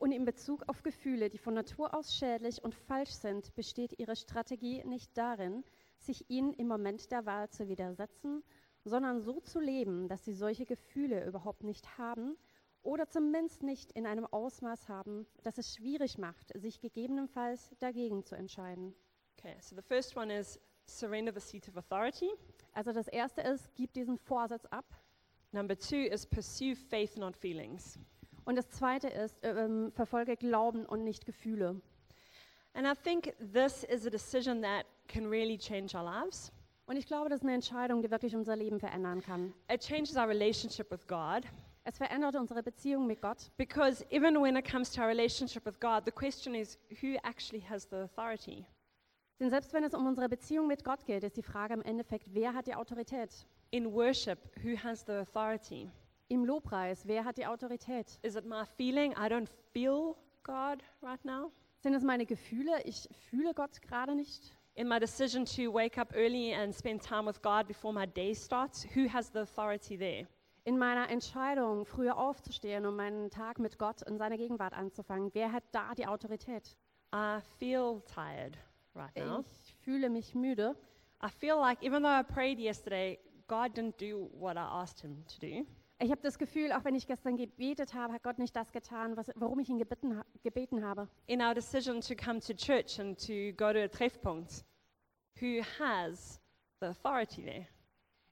[SPEAKER 2] Und in Bezug auf Gefühle, die von Natur aus schädlich und falsch sind, besteht ihre Strategie nicht darin, sich ihnen im Moment der Wahl zu widersetzen, sondern so zu leben, dass sie solche Gefühle überhaupt nicht haben oder zumindest nicht in einem Ausmaß haben, das es schwierig macht, sich gegebenenfalls dagegen zu entscheiden.
[SPEAKER 1] Okay, so the first one is surrender the seat of authority.
[SPEAKER 2] Also das Erste ist, gib diesen Vorsatz ab.
[SPEAKER 1] Number two is pursue faith, not feelings.
[SPEAKER 2] Und das Zweite ist, ähm, verfolge Glauben und nicht Gefühle.
[SPEAKER 1] And I think this is a decision that can really change our lives.
[SPEAKER 2] Und ich glaube, das ist eine Entscheidung, die wirklich unser Leben verändern kann.
[SPEAKER 1] It changes our relationship with God
[SPEAKER 2] Es verändert unsere Beziehung mit Gott,
[SPEAKER 1] because even when it comes to our relationship with God, the question is who actually has the authority?
[SPEAKER 2] denn selbst wenn es um unsere Beziehung mit Gott geht, ist die Frage im Endeffekt, wer hat die Autorität?
[SPEAKER 1] In worship, who has the authority?
[SPEAKER 2] Im Lobpreis, wer hat die Autorität?
[SPEAKER 1] Is it my feeling? I don't feel God right now.
[SPEAKER 2] Sind es meine Gefühle? Ich fühle Gott gerade nicht.
[SPEAKER 1] In my decision to wake up early and spend time with God before my day starts, who has the authority there?
[SPEAKER 2] In meiner Entscheidung, früher aufzustehen, um meinen Tag mit Gott in seiner Gegenwart anzufangen, wer hat da die Autorität?
[SPEAKER 1] I feel tired right now.
[SPEAKER 2] Ich fühle mich müde.
[SPEAKER 1] I feel like even though I prayed yesterday, God didn't do what I asked Him to do.
[SPEAKER 2] Ich habe das Gefühl, auch wenn ich gestern gebetet habe, hat Gott nicht das getan, was, worum ich ihn gebeten, ha- gebeten habe.
[SPEAKER 1] In our decision to come to church and to go to a treffpunkt, who has the authority there?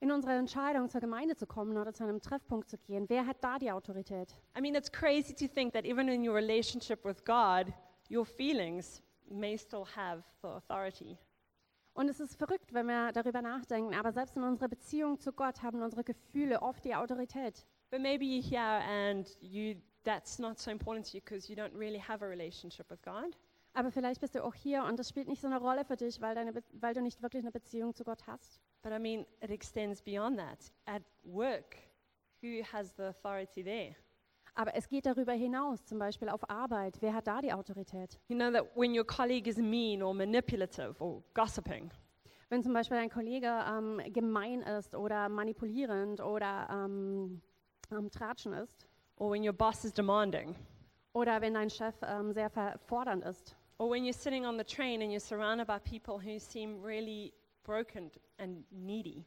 [SPEAKER 2] In unserer Entscheidung, zur Gemeinde zu kommen oder zu einem Treffpunkt zu gehen, wer hat da die Autorität?
[SPEAKER 1] I mean, it's crazy to think that even in your relationship with God, your feelings may still have the authority.
[SPEAKER 2] Und es ist verrückt, wenn wir darüber nachdenken, aber selbst in unserer Beziehung zu Gott haben unsere Gefühle oft die Autorität.
[SPEAKER 1] But maybe you're here and you, that's not so important to you because you don't really have a relationship with God.
[SPEAKER 2] Aber vielleicht bist du auch hier und das spielt nicht so eine Rolle für dich, weil, deine Be weil du nicht wirklich eine Beziehung zu Gott hast.
[SPEAKER 1] But I mean, it extends beyond that. At work, who has the authority there?
[SPEAKER 2] Aber es geht darüber hinaus, zum Beispiel auf Arbeit. Wer hat da die Autorität?
[SPEAKER 1] You know that when your colleague is mean or manipulative or gossiping,
[SPEAKER 2] Wenn zum Beispiel ein Kollege ähm, gemein ist oder manipulierend oder ähm, am Tratschen ist
[SPEAKER 1] or when your boss is demanding,
[SPEAKER 2] oder wenn dein Chef ähm, sehr ver- fordernd ist
[SPEAKER 1] or when you're sitting on the train and you're surrounded by people who seem really broken and needy.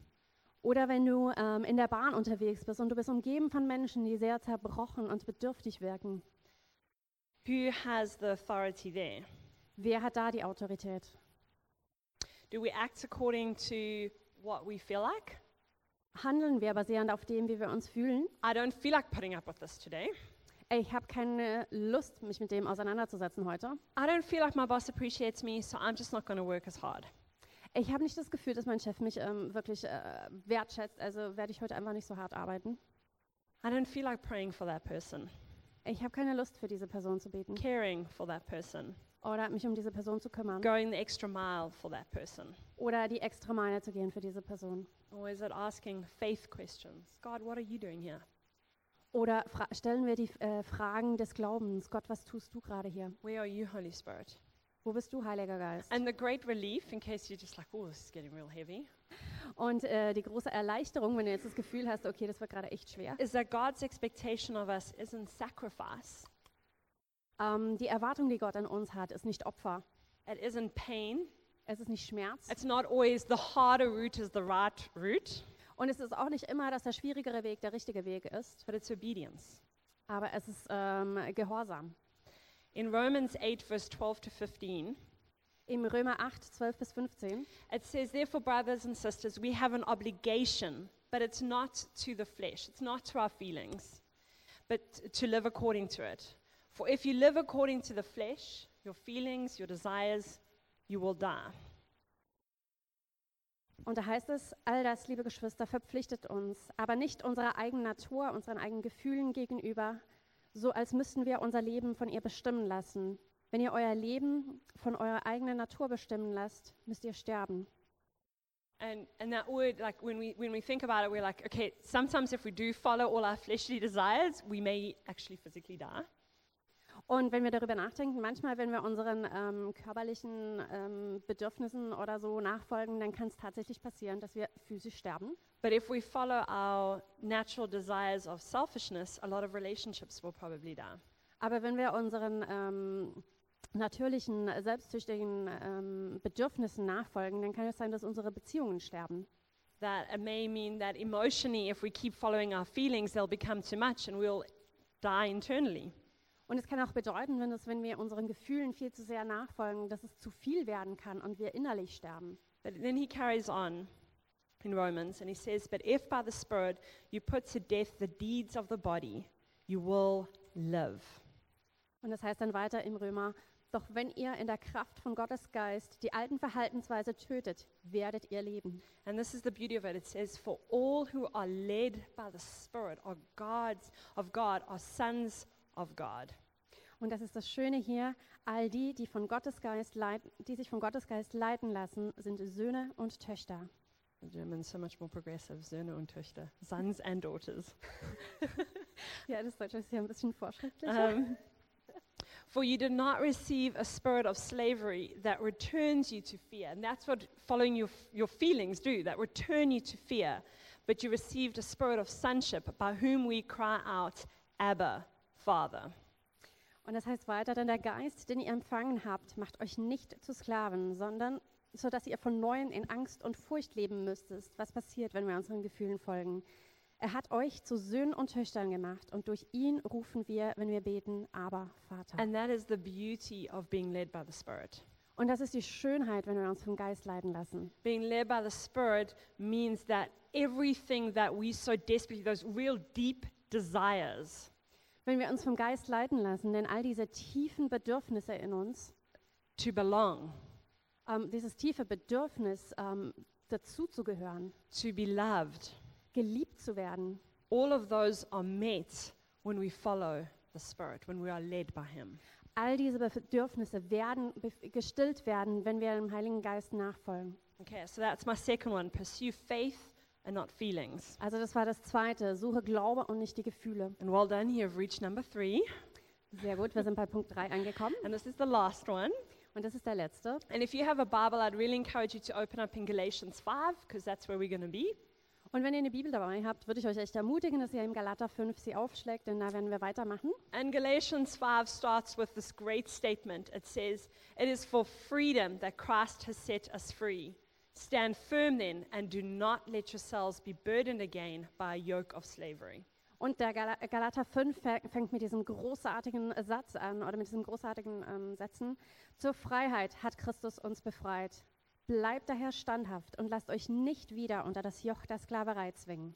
[SPEAKER 2] oder wenn du ähm, in der Bahn unterwegs bist und du bist umgeben von Menschen, die sehr zerbrochen und bedürftig wirken.
[SPEAKER 1] Who has the authority there?
[SPEAKER 2] Wer hat da die Autorität?
[SPEAKER 1] Do we act according to what we feel like?
[SPEAKER 2] Handeln wir basierend auf dem, wie wir uns fühlen?
[SPEAKER 1] I don't feel like putting up with this today.
[SPEAKER 2] Ey, ich habe keine Lust, mich mit dem auseinanderzusetzen heute.
[SPEAKER 1] I don't feel like my boss appreciates me, so I'm just not going to work as hard.
[SPEAKER 2] Ich habe nicht das Gefühl, dass mein Chef mich ähm, wirklich äh, wertschätzt, also werde ich heute einfach nicht so hart arbeiten.
[SPEAKER 1] I don't feel like praying for that person,
[SPEAKER 2] Ich habe keine Lust, für diese Person zu beten
[SPEAKER 1] caring for that person,
[SPEAKER 2] oder mich um diese Person zu kümmern
[SPEAKER 1] going the extra mile for that person.
[SPEAKER 2] oder die extra Meile zu gehen für diese Person.
[SPEAKER 1] Or is it asking faith questions? God, what are you doing here?
[SPEAKER 2] Oder fra stellen wir die äh, Fragen des Glaubens. Gott, was tust du gerade hier?
[SPEAKER 1] Where are you, Holy Spirit?
[SPEAKER 2] Wo bist du, Heiliger Geist?
[SPEAKER 1] And the great relief, in case you're just like, oh, this is getting real heavy,
[SPEAKER 2] Und äh, die große Erleichterung, wenn du jetzt das Gefühl hast, okay, das wird gerade echt schwer.
[SPEAKER 1] is that God's expectation of us isn't sacrifice,
[SPEAKER 2] Ähm, die Erwartung, die Gott an uns hat, ist nicht Opfer.
[SPEAKER 1] it isn't pain,
[SPEAKER 2] Es ist nicht Schmerz.
[SPEAKER 1] it's not always the harder route is the right route,
[SPEAKER 2] Und es ist auch nicht immer, dass der schwierigere Weg der richtige Weg ist.
[SPEAKER 1] but it's obedience.
[SPEAKER 2] Aber es ist ähm, Gehorsam.
[SPEAKER 1] In Romans 8, verse 12 to 15,
[SPEAKER 2] Im Römer 8, 12 bis 15.
[SPEAKER 1] It says, therefore, brothers and sisters, we have an obligation, but it's not to the flesh, it's not to our feelings, but to live according to it. For if you live according to the flesh, your feelings, your desires, you will die.
[SPEAKER 2] Und da heißt es, all das, liebe Geschwister, verpflichtet uns, aber nicht unserer eigenen Natur, unseren eigenen Gefühlen gegenüber, so als müssten wir unser Leben von ihr bestimmen lassen. Wenn ihr euer Leben von eurer eigenen Natur bestimmen lasst, müsst ihr sterben.
[SPEAKER 1] And, and that word, like when we, when we think about it, we're like, okay, sometimes if we do follow all our fleshly desires, we may actually physically die.
[SPEAKER 2] Und wenn wir darüber nachdenken, manchmal, wenn wir unseren ähm, körperlichen ähm, Bedürfnissen oder so nachfolgen, dann kann es tatsächlich passieren, dass wir physisch sterben.
[SPEAKER 1] But if we follow our natural desires of selfishness, a lot of relationships will probably die.
[SPEAKER 2] Aber wenn wir unseren ähm, natürlichen, äh, selbstsüchtigen ähm, Bedürfnissen nachfolgen, dann kann es sein, dass unsere Beziehungen sterben.
[SPEAKER 1] that it may mean that emotionally, if we keep following our feelings, they'll become too much and we'll die internally.
[SPEAKER 2] Und es kann auch bedeuten, wenn, es, wenn wir unseren Gefühlen viel zu sehr nachfolgen, dass es zu viel werden kann und wir innerlich sterben.
[SPEAKER 1] But then he carries on in Romans and he says, But if by the Spirit you put to death the deeds of the body, you will live.
[SPEAKER 2] Und das heißt dann weiter im Römer, doch wenn ihr in der Kraft von Gottes Geist die alten Verhaltensweise tötet, werdet ihr leben.
[SPEAKER 1] And this is the beauty of it. It says, For all who are led by the Spirit are gods of God, are sons of God.
[SPEAKER 2] Und das ist das Schöne hier, all die, die, von Gottes Geist leit, die sich von Gottes Geist leiten lassen, sind Söhne und Töchter.
[SPEAKER 1] The Germans so much more progressive, Söhne und Töchter, sons and daughters.
[SPEAKER 2] Ja, das Deutsche ist ja ein bisschen vorschriftlich.
[SPEAKER 1] Um, for you did not receive a spirit of slavery that returns you to fear. And that's what following your, your feelings do, that return you to fear. But you received a spirit of sonship by whom we cry out, Abba, Father.
[SPEAKER 2] Und das heißt weiter, denn der Geist, den ihr empfangen habt, macht euch nicht zu Sklaven, sondern so dass ihr von neuem in Angst und Furcht leben müsstest, was passiert, wenn wir unseren Gefühlen folgen. Er hat euch zu Söhnen und Töchtern gemacht und durch ihn rufen wir, wenn wir beten, aber Vater.
[SPEAKER 1] And that is the beauty of being led by the Spirit.
[SPEAKER 2] Und das ist die Schönheit, wenn wir uns vom Geist leiten lassen.
[SPEAKER 1] Being led by the Spirit means that everything that we so desperately, those real deep desires,
[SPEAKER 2] Wenn wir uns vom Geist leiten lassen, denn all diese tiefen Bedürfnisse in uns,
[SPEAKER 1] to belong,
[SPEAKER 2] ähm, dieses tiefe Bedürfnis, ähm, dazuzugehören,
[SPEAKER 1] to be loved,
[SPEAKER 2] geliebt zu werden,
[SPEAKER 1] All of those are met when we follow the Spirit, when we are led by Him.
[SPEAKER 2] All diese Bedürfnisse werden bef- gestillt werden, wenn wir dem Heiligen Geist nachfolgen.
[SPEAKER 1] Okay, so that's my second one pursue faith and not feelings.
[SPEAKER 2] Also das war das Zweite. Suche Glaube und nicht die Gefühle.
[SPEAKER 1] And well done, you have reached number three.
[SPEAKER 2] Sehr gut, wir sind bei Punkt 3 angekommen.
[SPEAKER 1] And this is the last one.
[SPEAKER 2] Und das ist der letzte.
[SPEAKER 1] And if you have a Bible, I'd really encourage you to open up in Galatians 5, because that's where we're going to be.
[SPEAKER 2] Und wenn ihr eine Bibel dabei habt, würde ich euch echt ermutigen, dass ihr im Galater 5 sie aufschlägt, denn da werden wir weitermachen.
[SPEAKER 1] And Galatians 5 starts with this great statement. It says, It is for freedom that Christ has set us free. Stand firm then, and do not let yourselves be burdened again by a yoke of slavery.
[SPEAKER 2] Und der Gala äh, Galater 5 fä- fängt mit diesem großartigen äh, Satz an, oder mit diesem großartigen ähm, Sätzen. Zur Freiheit hat Christus uns befreit. Bleibt daher standhaft und lasst euch nicht wieder unter das Joch der Sklaverei zwingen.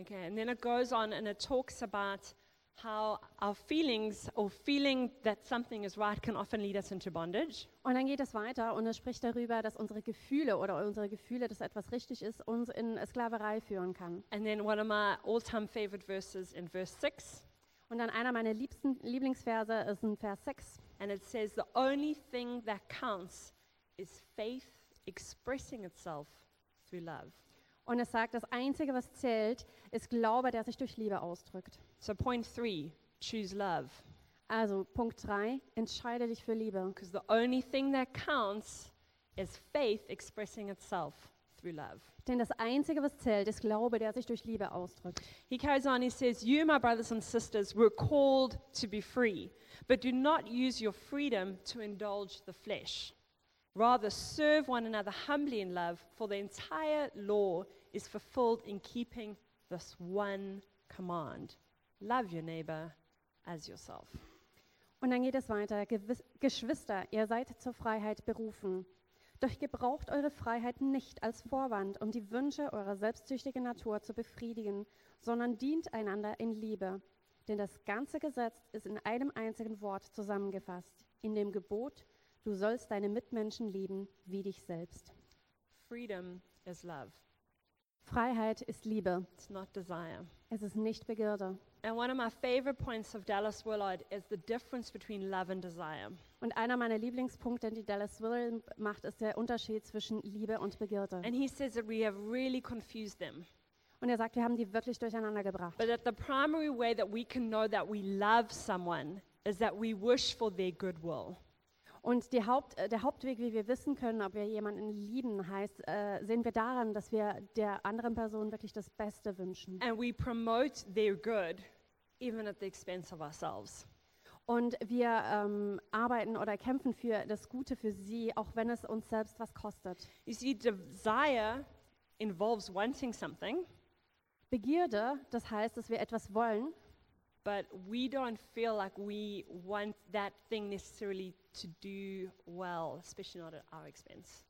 [SPEAKER 1] Okay, and then it goes on and it talks about how our feelings or feeling that something is right can often lead us into bondage.
[SPEAKER 2] Und dann geht es weiter und es spricht darüber, dass unsere Gefühle oder unsere Gefühle, dass etwas richtig ist, uns in Sklaverei führen kann.
[SPEAKER 1] And then one of my all time favorite verses in verse 6,
[SPEAKER 2] Und dann einer meiner liebsten Lieblingsverse ist in Vers 6.
[SPEAKER 1] and it says, The only thing that counts is faith expressing itself through love.
[SPEAKER 2] Und es sagt, das Einzige, was zählt, ist Glaube, der sich durch Liebe ausdrückt.
[SPEAKER 1] So, point three, choose love.
[SPEAKER 2] Also Punkt 3, entscheide dich für Liebe.
[SPEAKER 1] Because the only thing that counts is faith expressing itself through love.
[SPEAKER 2] Denn das Einzige, was zählt, ist Glaube, der sich durch Liebe ausdrückt.
[SPEAKER 1] He carries on, he says, You, my brothers and sisters, were called to be free, but do not use your freedom to indulge the flesh. Rather, serve one another humbly in love, for the entire law is fulfilled in keeping this one command love your neighbor as yourself.
[SPEAKER 2] Und dann geht es weiter. Gewiss, Geschwister, ihr seid zur Freiheit berufen. Doch gebraucht eure Freiheit nicht als Vorwand, um die Wünsche eurer selbstsüchtigen Natur zu befriedigen, sondern dient einander in Liebe. Denn das ganze Gesetz ist in einem einzigen Wort zusammengefasst, in dem Gebot, du sollst deine Mitmenschen lieben wie dich selbst.
[SPEAKER 1] Freedom is love,
[SPEAKER 2] Freiheit ist Liebe,
[SPEAKER 1] it's not desire.
[SPEAKER 2] es ist nicht Begierde.
[SPEAKER 1] And one of my favorite points of Dallas Willard is the difference between love and desire.
[SPEAKER 2] Und einer meiner Lieblingspunkte, die Dallas Willard macht, ist der Unterschied zwischen Liebe und Begierde.
[SPEAKER 1] And he says that we have really confused them.
[SPEAKER 2] Und er sagt, wir haben die wirklich durcheinander gebracht.
[SPEAKER 1] But that the primary way that we can know that we love someone is that we wish for their goodwill.
[SPEAKER 2] Und die Haupt, äh, der Hauptweg, wie wir wissen können, ob wir jemanden lieben, heißt, äh, sehen wir daran, dass wir der anderen Person wirklich das Beste wünschen.
[SPEAKER 1] And we promote their good, even at the expense of ourselves.
[SPEAKER 2] Und wir ähm, arbeiten oder kämpfen für das Gute für sie, auch wenn es uns selbst was kostet.
[SPEAKER 1] You see, desire involves wanting something,
[SPEAKER 2] Begierde, das heißt, dass wir etwas wollen,
[SPEAKER 1] but we don't feel like we want that thing necessarily to do well, especially not at our expense.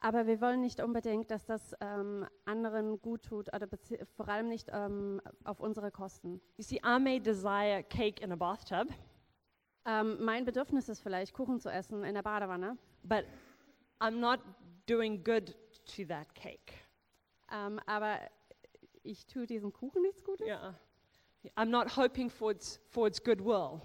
[SPEAKER 2] aber wir wollen nicht unbedingt, dass das ähm, anderen gut tut oder bezie- vor allem nicht ähm, auf unsere Kosten.
[SPEAKER 1] You see, I may desire cake in a bathtub,
[SPEAKER 2] Ähm, mein Bedürfnis ist vielleicht, Kuchen zu essen in der Badewanne.
[SPEAKER 1] but I'm not doing good to that cake.
[SPEAKER 2] Ähm, aber ich tue diesem Kuchen nichts Gutes.
[SPEAKER 1] Yeah. I'm not hoping for its, for its goodwill.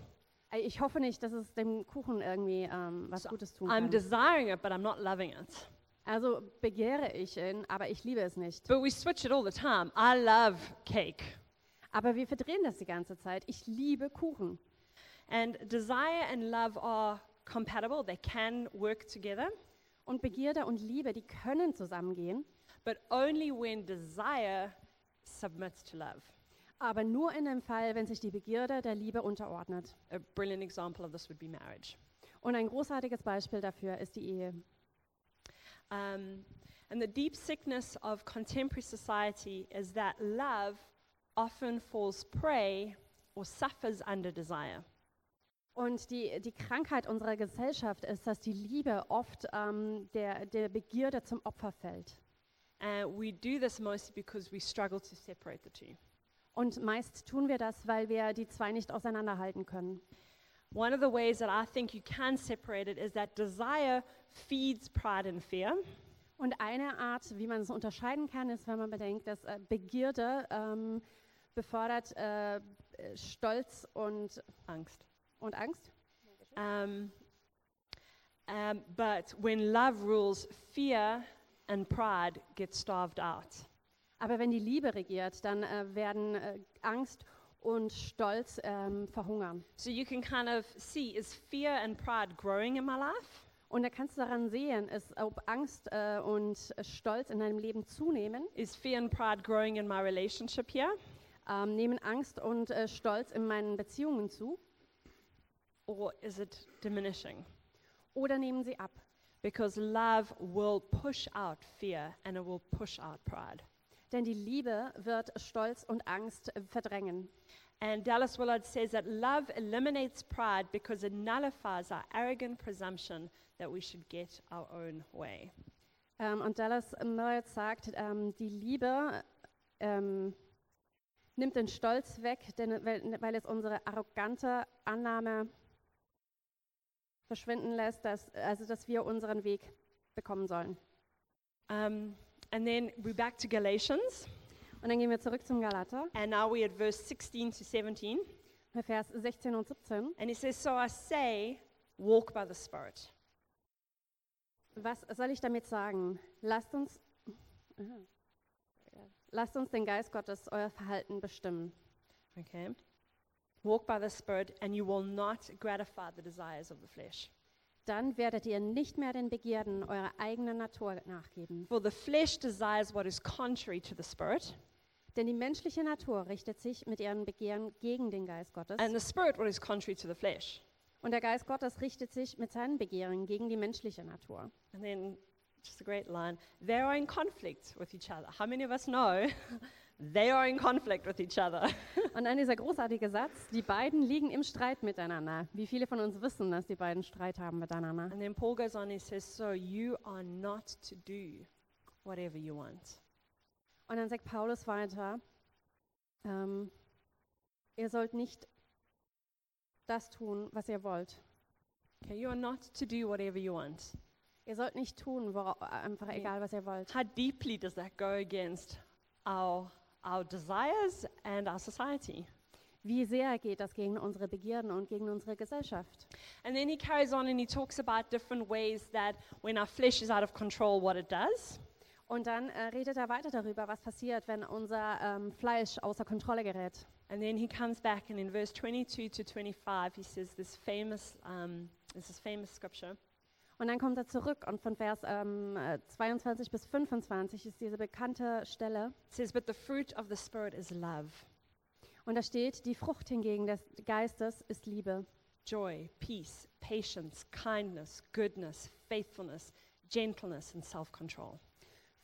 [SPEAKER 2] Äh, Ich hoffe nicht, dass es dem Kuchen irgendwie ähm, was
[SPEAKER 1] So,
[SPEAKER 2] Gutes tun
[SPEAKER 1] I'm
[SPEAKER 2] kann.
[SPEAKER 1] desiring it, but I'm not loving it.
[SPEAKER 2] Also begehre ich ihn, aber ich liebe es nicht.
[SPEAKER 1] But we switch it all the time. I love cake.
[SPEAKER 2] Aber wir verdrehen das die ganze Zeit. Ich liebe Kuchen.
[SPEAKER 1] And desire and love are compatible, they can work together,
[SPEAKER 2] Und Begierde und Liebe, die können zusammengehen,
[SPEAKER 1] but only when desire submits to love.
[SPEAKER 2] aber nur in dem Fall, wenn sich die Begierde der Liebe unterordnet.
[SPEAKER 1] A brilliant example of this would be marriage.
[SPEAKER 2] Und ein großartiges Beispiel dafür ist die Ehe.
[SPEAKER 1] Um, and the deep sickness of contemporary society is that love often falls prey or suffers under desire.
[SPEAKER 2] Und die, die Krankheit unserer Gesellschaft ist, dass die Liebe oft ähm, der, der Begierde zum Opfer fällt.
[SPEAKER 1] And we do this mostly because we struggle to separate the two.
[SPEAKER 2] Und meist tun wir das, weil wir die zwei nicht auseinanderhalten können.
[SPEAKER 1] One of the ways that I think you can separate it is that desire feeds pride and fear,
[SPEAKER 2] Und eine Art, wie man es unterscheiden kann, ist, wenn man bedenkt, dass äh, Begierde ähm, befördert äh, äh, Stolz und,
[SPEAKER 1] angst.
[SPEAKER 2] und Angst.
[SPEAKER 1] Um, um, but when love rules, fear and pride get starved out.
[SPEAKER 2] Aber wenn die Liebe regiert, dann äh, werden äh, Angst und Stolz ähm, verhungern.
[SPEAKER 1] So you can kind of see is fear and pride growing in my life?
[SPEAKER 2] Und da kannst du daran sehen, es, ob Angst äh, und Stolz in deinem Leben zunehmen.
[SPEAKER 1] Is fear and pride growing in my relationship here?
[SPEAKER 2] Ähm, nehmen Angst und äh, Stolz in meinen Beziehungen zu
[SPEAKER 1] Or is it diminishing?
[SPEAKER 2] oder nehmen sie ab?
[SPEAKER 1] Because love will push out fear and it will push out pride.
[SPEAKER 2] Denn die Liebe wird Stolz und Angst äh, verdrängen.
[SPEAKER 1] And Dallas Willard says that love eliminates pride because it nullifies our arrogant presumption that we should get our own way.
[SPEAKER 2] Ähm, und Dallas Millard sagt, ähm, die Liebe ähm, nimmt den Stolz weg, denn, weil, weil es unsere arrogante Annahme verschwinden lässt, dass, also dass wir unseren Weg bekommen sollen.
[SPEAKER 1] Um, and then we're back to Galatians,
[SPEAKER 2] Und dann gehen wir zurück zum Galater,
[SPEAKER 1] and now we're at verse 16 to 17.
[SPEAKER 2] bei Vers 16 und 17.
[SPEAKER 1] And he says, So I say, walk by the Spirit.
[SPEAKER 2] Was soll ich damit sagen? Lasst uns, Aha. lasst uns den Geist Gottes euer Verhalten bestimmen.
[SPEAKER 1] Okay? Walk by the Spirit, and you will not gratify the desires of the flesh.
[SPEAKER 2] Dann werdet ihr nicht mehr den Begierden eurer eigenen Natur nachgeben.
[SPEAKER 1] For the flesh desires what is contrary to the Spirit,
[SPEAKER 2] Denn die menschliche Natur richtet sich mit ihren Begehren gegen den Geist Gottes.
[SPEAKER 1] and the Spirit what is contrary to the flesh.
[SPEAKER 2] Und der Geist Gottes richtet sich mit seinen Begehren gegen die menschliche Natur.
[SPEAKER 1] And then, just a great line they are in conflict with each other. How many of us know they are in conflict with each other?
[SPEAKER 2] Und dann dieser großartige Satz, die beiden liegen im Streit miteinander. Wie viele von uns wissen, dass die beiden Streit haben miteinander?
[SPEAKER 1] And then Paul goes on, he says, So you are not to do whatever you want.
[SPEAKER 2] Und dann sagt Paulus weiter, ähm, ihr sollt nicht das tun, was ihr wollt.
[SPEAKER 1] Okay, you are not to do whatever you want.
[SPEAKER 2] Ihr sollt nicht tun, wora- einfach egal, was ihr wollt.
[SPEAKER 1] How deeply does that go against our, our desires and our society?
[SPEAKER 2] Wie sehr geht das gegen unsere Begierden und gegen unsere Gesellschaft?
[SPEAKER 1] And then he carries on and he talks about different ways that when our flesh is out of control, what it does.
[SPEAKER 2] Und dann äh, redet er weiter darüber, was passiert, wenn unser ähm, Fleisch außer Kontrolle gerät.
[SPEAKER 1] And then he comes back and in verse 22 to 25, he says this famous, um, this is famous scripture.
[SPEAKER 2] Und dann kommt er zurück und von Vers ähm, äh, 22 bis 25 ist diese bekannte Stelle.
[SPEAKER 1] It says, But the fruit of the Spirit is love,
[SPEAKER 2] Und da steht, die Frucht hingegen des Geistes ist Liebe,
[SPEAKER 1] joy, peace, patience, kindness, goodness, faithfulness, gentleness, and self control.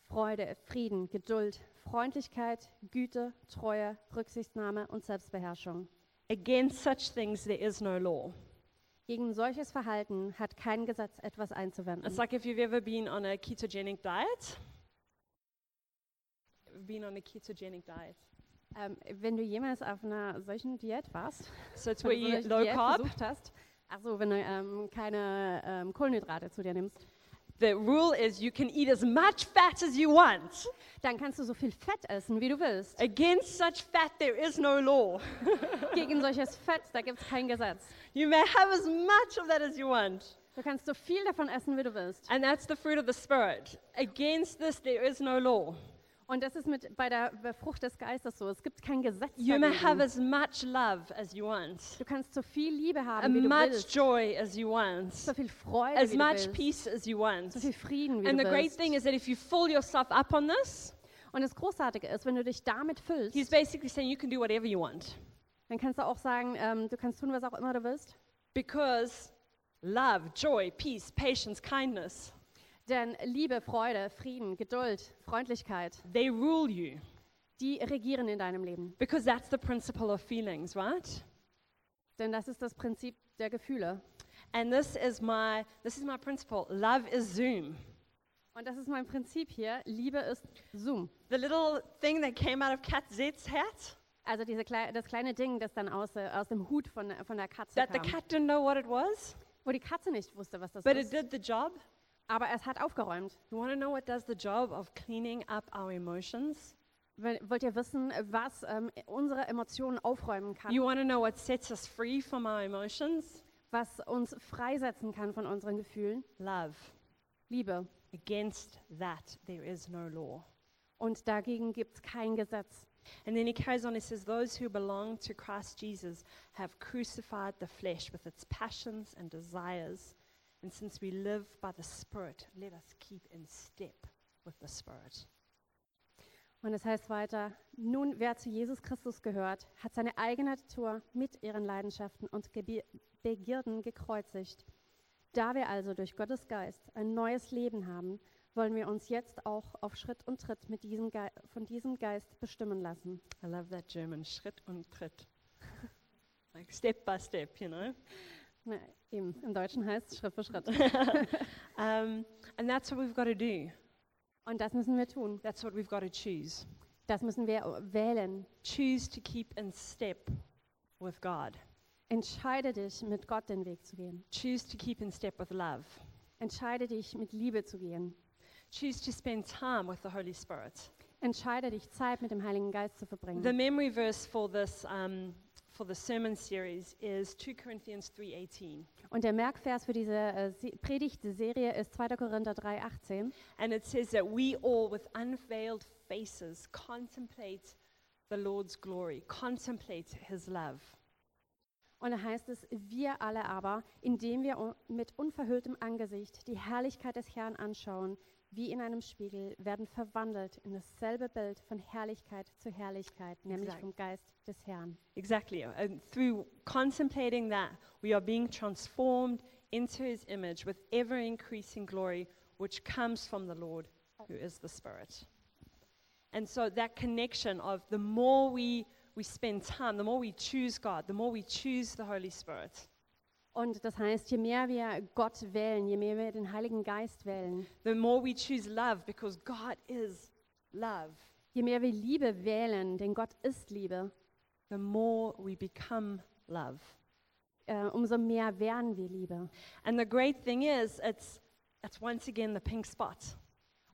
[SPEAKER 2] Freude, Frieden, Geduld, Freundlichkeit, Güte, Treue, Rücksichtnahme und Selbstbeherrschung.
[SPEAKER 1] Against such things, there is no law.
[SPEAKER 2] Gegen solches Verhalten hat kein Gesetz etwas einzuwenden.
[SPEAKER 1] It's like if you've ever been on a ketogenic diet. Been on a ketogenic diet.
[SPEAKER 2] Ähm, wenn du jemals auf einer solchen Diät warst,
[SPEAKER 1] So it's
[SPEAKER 2] wenn
[SPEAKER 1] where
[SPEAKER 2] du
[SPEAKER 1] you
[SPEAKER 2] solche
[SPEAKER 1] eat low
[SPEAKER 2] Diät
[SPEAKER 1] carb.
[SPEAKER 2] versucht hast, also wenn du ähm, keine ähm, Kohlenhydrate zu dir nimmst,
[SPEAKER 1] The rule is you can eat as much fat as you want.
[SPEAKER 2] dann kannst du so viel Fett essen, wie du willst.
[SPEAKER 1] Against such fat, there is no law.
[SPEAKER 2] Gegen solches Fett, da gibt es kein Gesetz.
[SPEAKER 1] You may have as much of that as you want.
[SPEAKER 2] Du kannst so viel davon essen, wie du willst.
[SPEAKER 1] And that's the fruit of the Spirit. Against this, there is no law.
[SPEAKER 2] Und das ist mit bei der bei Frucht des Geistes so. Es gibt kein Gesetz.
[SPEAKER 1] You may
[SPEAKER 2] dagegen.
[SPEAKER 1] have as much love as you want,
[SPEAKER 2] Du kannst so viel Liebe haben, wie
[SPEAKER 1] as
[SPEAKER 2] du
[SPEAKER 1] much
[SPEAKER 2] willst.
[SPEAKER 1] joy as you want,
[SPEAKER 2] So viel Freude,
[SPEAKER 1] as
[SPEAKER 2] wie du
[SPEAKER 1] much
[SPEAKER 2] willst.
[SPEAKER 1] peace as you want.
[SPEAKER 2] So viel Frieden, wie
[SPEAKER 1] And
[SPEAKER 2] du
[SPEAKER 1] the great
[SPEAKER 2] willst.
[SPEAKER 1] thing is that if you fill yourself up on this,
[SPEAKER 2] Und das Großartige ist, wenn du dich damit füllst,
[SPEAKER 1] he's basically saying you can do whatever you want
[SPEAKER 2] dann kannst du auch sagen, ähm, du kannst tun, was auch immer du willst.
[SPEAKER 1] because love, joy, peace, patience, kindness,
[SPEAKER 2] Denn Liebe, Freude, Frieden, Geduld, Freundlichkeit,
[SPEAKER 1] they rule you
[SPEAKER 2] die regieren in deinem Leben.
[SPEAKER 1] because that's the principle of feelings, right?
[SPEAKER 2] Denn das ist das Prinzip der Gefühle.
[SPEAKER 1] And this is my this is my principle. Love is Zoom.
[SPEAKER 2] Und das ist mein Prinzip hier. Liebe ist Zoom.
[SPEAKER 1] The little thing that came out of Kat Z's hat
[SPEAKER 2] Also diese klei das kleine Ding, das dann aus, äh, aus dem Hut von, von der Katze
[SPEAKER 1] that the
[SPEAKER 2] kam,
[SPEAKER 1] cat didn't know what it was,
[SPEAKER 2] wo die Katze nicht wusste, was das
[SPEAKER 1] but it
[SPEAKER 2] ist.
[SPEAKER 1] did the job.
[SPEAKER 2] Aber es hat aufgeräumt.
[SPEAKER 1] You want to know what does the job of cleaning up our emotions?
[SPEAKER 2] Wenn, wollt ihr wissen, was ähm, unsere Emotionen aufräumen kann,
[SPEAKER 1] You want to know what sets us free from our emotions?
[SPEAKER 2] was uns freisetzen kann von unseren Gefühlen?
[SPEAKER 1] Love.
[SPEAKER 2] Liebe.
[SPEAKER 1] Against that, there is no law.
[SPEAKER 2] Und dagegen gibt es kein Gesetz.
[SPEAKER 1] And then he carries on, he says, Those who belong to Christ Jesus have crucified the flesh with its passions and desires And since we live by the Spirit, let us keep in step with the Spirit.
[SPEAKER 2] Und es heißt weiter, nun wer zu Jesus Christus gehört, hat seine eigene Natur mit ihren Leidenschaften und Gebi- Begierden gekreuzigt. Da wir also durch Gottes Geist ein neues Leben haben, wollen wir uns jetzt auch auf Schritt und Tritt mit diesem Ge von diesem Geist bestimmen lassen.
[SPEAKER 1] I love that German, Schritt und Tritt. like step by step, you know?
[SPEAKER 2] Na, eben, im Deutschen heißt es Schritt für Schritt.
[SPEAKER 1] Um, and that's what we've got to do.
[SPEAKER 2] Und das müssen wir tun.
[SPEAKER 1] That's what we've got to choose.
[SPEAKER 2] Das müssen wir wählen.
[SPEAKER 1] Choose to keep in step with God,
[SPEAKER 2] Entscheide dich, mit Gott den Weg zu gehen.
[SPEAKER 1] choose to keep in step with love,
[SPEAKER 2] Entscheide dich, mit Liebe zu gehen.
[SPEAKER 1] choose to spend time with the Holy Spirit.
[SPEAKER 2] Entscheide dich, Zeit mit dem Heiligen Geist zu verbringen.
[SPEAKER 1] The memory verse for this um, for the sermon series is 2 Corinthians 3:18,
[SPEAKER 2] Und der Merkvers für diese äh, Se- Predigtserie ist 2. Korinther 3,18.
[SPEAKER 1] and it says that we all, with unveiled faces, contemplate the Lord's glory, contemplate His love.
[SPEAKER 2] Und da heißt es, wir alle aber, indem wir un- mit unverhülltem Angesicht die Herrlichkeit des Herrn anschauen, wie in einem Spiegel, werden verwandelt in dasselbe Bild von Herrlichkeit zu Herrlichkeit, nämlich
[SPEAKER 1] Exakt.
[SPEAKER 2] vom Geist des Herrn.
[SPEAKER 1] Exactly, and through contemplating that, we are being transformed into His image with ever-increasing glory, which comes from the Lord, who is the Spirit. And so that connection of the more we, we spend time, the more we choose God, the more we choose the Holy Spirit,
[SPEAKER 2] Und das heißt, je mehr wir Gott wählen, je mehr wir den Heiligen Geist wählen,
[SPEAKER 1] the more we choose love because God is love,
[SPEAKER 2] je mehr wir Liebe wählen, denn Gott ist Liebe,
[SPEAKER 1] the more we become love.
[SPEAKER 2] äh, umso mehr werden wir Liebe.
[SPEAKER 1] And the great thing is, it's, it's once again the pink spot.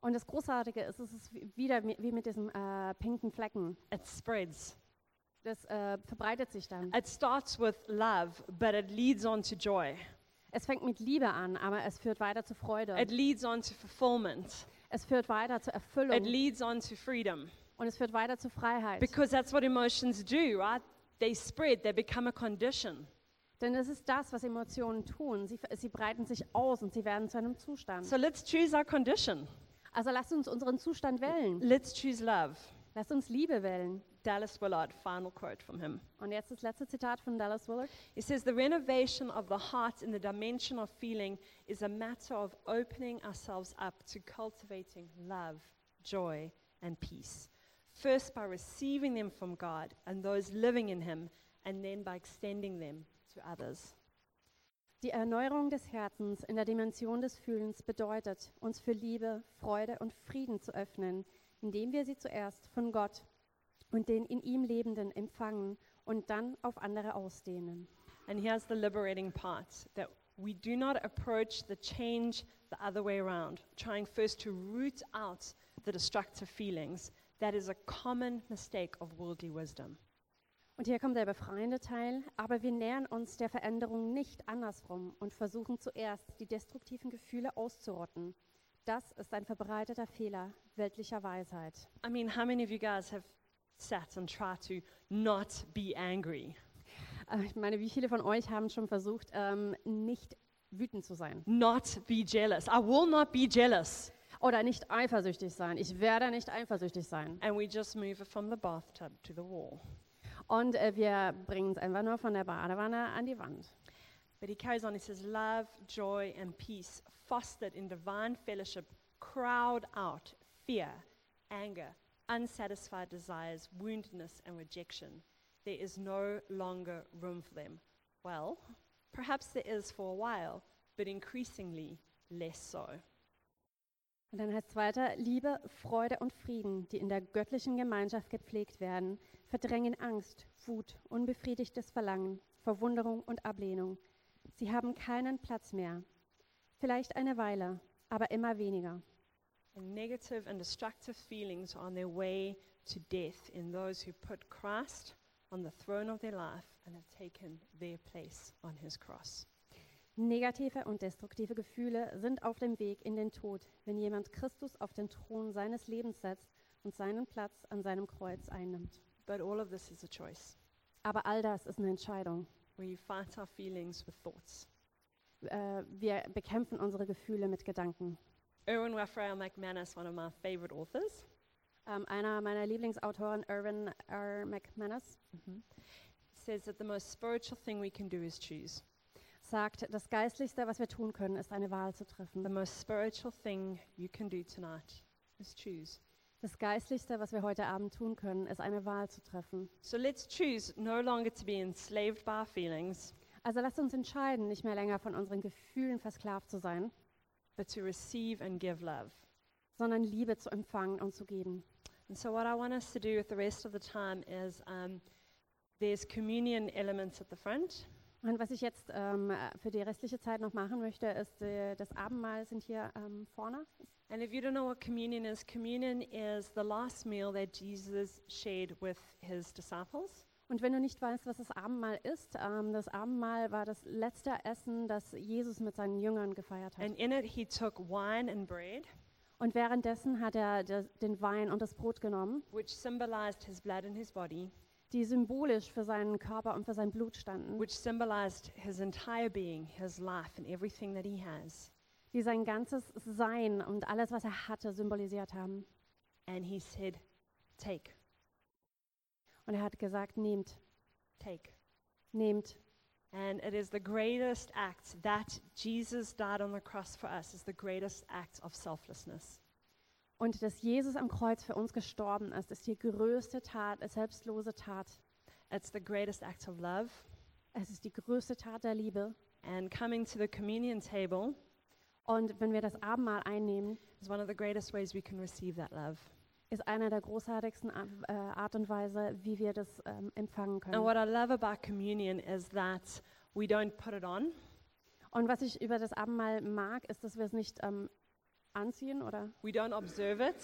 [SPEAKER 2] Und das Großartige ist, es ist wie- wieder mi- wie mit diesem äh, pinken Flecken.
[SPEAKER 1] It spreads.
[SPEAKER 2] Das äh, verbreitet sich dann.
[SPEAKER 1] It starts with love, but it leads on to joy.
[SPEAKER 2] Es fängt mit Liebe an, aber es führt weiter zu Freude.
[SPEAKER 1] It leads on to fulfillment.
[SPEAKER 2] Es führt weiter zur
[SPEAKER 1] It
[SPEAKER 2] Erfüllung
[SPEAKER 1] leads on to freedom.
[SPEAKER 2] und es führt weiter zu Freiheit.
[SPEAKER 1] Because that's what emotions do, right? They spread, they become a condition.
[SPEAKER 2] Denn das ist das, was Emotionen tun. Sie, ver- sie breiten sich aus und sie werden zu einem Zustand.
[SPEAKER 1] So let's choose our condition.
[SPEAKER 2] Also lasst uns unseren Zustand wählen.
[SPEAKER 1] Let's choose love.
[SPEAKER 2] Lasst uns Liebe wählen.
[SPEAKER 1] Dallas Willard, final quote from him.
[SPEAKER 2] Und jetzt das letzte Zitat von Dallas Willard.
[SPEAKER 1] He says, The renovation of the heart in the dimension of feeling is a matter of opening ourselves up to cultivating love, joy, and peace. First, by receiving them from God and those living in Him, and then by extending them to others.
[SPEAKER 2] Die Erneuerung des Herzens in der Dimension des Fühlens bedeutet, uns für Liebe, Freude und Frieden zu öffnen, indem wir sie zuerst von Gott und den in ihm Lebenden empfangen und dann auf andere ausdehnen.
[SPEAKER 1] And here's the liberating part that we do not approach the change the other way around, trying first to root out the destructive feelings. That is a common mistake of worldly wisdom.
[SPEAKER 2] Und hier kommt der befreiende Teil, aber wir nähern uns der Veränderung nicht andersrum und versuchen zuerst, die destruktiven Gefühle auszurotten. Das ist ein verbreiteter Fehler weltlicher Weisheit.
[SPEAKER 1] I mean, how many of you guys have sat and tried to not be angry,
[SPEAKER 2] Äh, Ich meine, wie viele von euch haben schon versucht, ähm, nicht wütend zu sein?
[SPEAKER 1] not be jealous? I will not be jealous.
[SPEAKER 2] Oder nicht eifersüchtig sein. Ich werde nicht eifersüchtig sein.
[SPEAKER 1] And we just move it from the bathtub to the wall.
[SPEAKER 2] Und äh, wir bringen es einfach nur von der Badewanne an die Wand.
[SPEAKER 1] But he carries on, he says, Love, joy, and peace fostered in divine fellowship crowd out fear, anger, unsatisfied desires, woundedness, and rejection. There is no longer room for them. Well, perhaps there is for a while, but increasingly less so.
[SPEAKER 2] Und dann heißt es weiter, Liebe, Freude und Frieden, die in der göttlichen Gemeinschaft gepflegt werden, verdrängen Angst, Wut, unbefriedigtes Verlangen, Verwunderung und Ablehnung. Sie haben keinen Platz mehr. Vielleicht eine Weile, aber immer weniger.
[SPEAKER 1] And negative and destructive feelings are on their way to death in those who put Christ on the throne of their life and have taken their place on his cross.
[SPEAKER 2] Negative und destruktive Gefühle sind auf dem Weg in den Tod, wenn jemand Christus auf den Thron seines Lebens setzt und seinen Platz an seinem Kreuz einnimmt.
[SPEAKER 1] But all of this is a choice.
[SPEAKER 2] Aber all das ist eine Entscheidung.
[SPEAKER 1] We fight our feelings with thoughts.
[SPEAKER 2] äh, wir bekämpfen unsere Gefühle mit Gedanken.
[SPEAKER 1] Erwin Raphael McManus, one of my favorite authors,
[SPEAKER 2] Ähm, einer meiner Lieblingsautoren, Irwin R. McManus,
[SPEAKER 1] says that the most spiritual thing we can do is choose.
[SPEAKER 2] sagt, das Geistlichste, was wir tun können, ist eine Wahl zu
[SPEAKER 1] The
[SPEAKER 2] treffen.
[SPEAKER 1] most spiritual thing you can do tonight is choose.
[SPEAKER 2] Das Geistlichste, was wir heute Abend tun können, ist eine Wahl zu treffen.
[SPEAKER 1] So let's choose no longer to be enslaved by our feelings,
[SPEAKER 2] Also lasst uns entscheiden, nicht mehr länger von unseren Gefühlen versklavt zu sein,
[SPEAKER 1] but to receive and give love.
[SPEAKER 2] sondern Liebe zu empfangen und zu geben.
[SPEAKER 1] And so, what I want us to do with the rest of the time is um, there's communion elements at the front.
[SPEAKER 2] Und was ich jetzt ähm, äh, für die restliche Zeit noch machen möchte, ist, äh, das Abendmahl sind hier ähm, vorne.
[SPEAKER 1] And if you don't know what communion is, communion is the last meal that Jesus shared with his disciples.
[SPEAKER 2] Und wenn du nicht weißt, was das Abendmahl ist, ähm, das Abendmahl war das letzte Essen, das Jesus mit seinen Jüngern gefeiert hat.
[SPEAKER 1] And in it, he took wine and bread,
[SPEAKER 2] Und währenddessen hat er das, den Wein und das Brot genommen,
[SPEAKER 1] which symbolized his blood and his body,
[SPEAKER 2] die symbolisch für seinen Körper und für sein Blut standen,
[SPEAKER 1] which symbolized his entire being, his life, and everything that he has.
[SPEAKER 2] die sein ganzes Sein und alles, was er hatte, symbolisiert haben.
[SPEAKER 1] And he said, Take,
[SPEAKER 2] Und er hat gesagt, nehmt,
[SPEAKER 1] take.
[SPEAKER 2] nehmt.
[SPEAKER 1] And it is the greatest act that Jesus died on the cross for us, is the greatest act of selflessness.
[SPEAKER 2] Und dass Jesus am Kreuz für uns gestorben ist, ist die größte Tat, ist selbstlose Tat.
[SPEAKER 1] It's the greatest act of love.
[SPEAKER 2] Es ist die größte Tat der Liebe.
[SPEAKER 1] And coming to the communion table
[SPEAKER 2] Und wenn wir das Abendmahl einnehmen,
[SPEAKER 1] is one of the greatest ways we can receive that love.
[SPEAKER 2] ist einer der großartigsten Ar- äh, Art und Weise, wie wir das ähm, empfangen können.
[SPEAKER 1] And what I love about communion is that we don't put it on,
[SPEAKER 2] Und was ich über das Abendmahl mag, ist, dass wir es nicht ähm, anziehen oder
[SPEAKER 1] we don't observe it,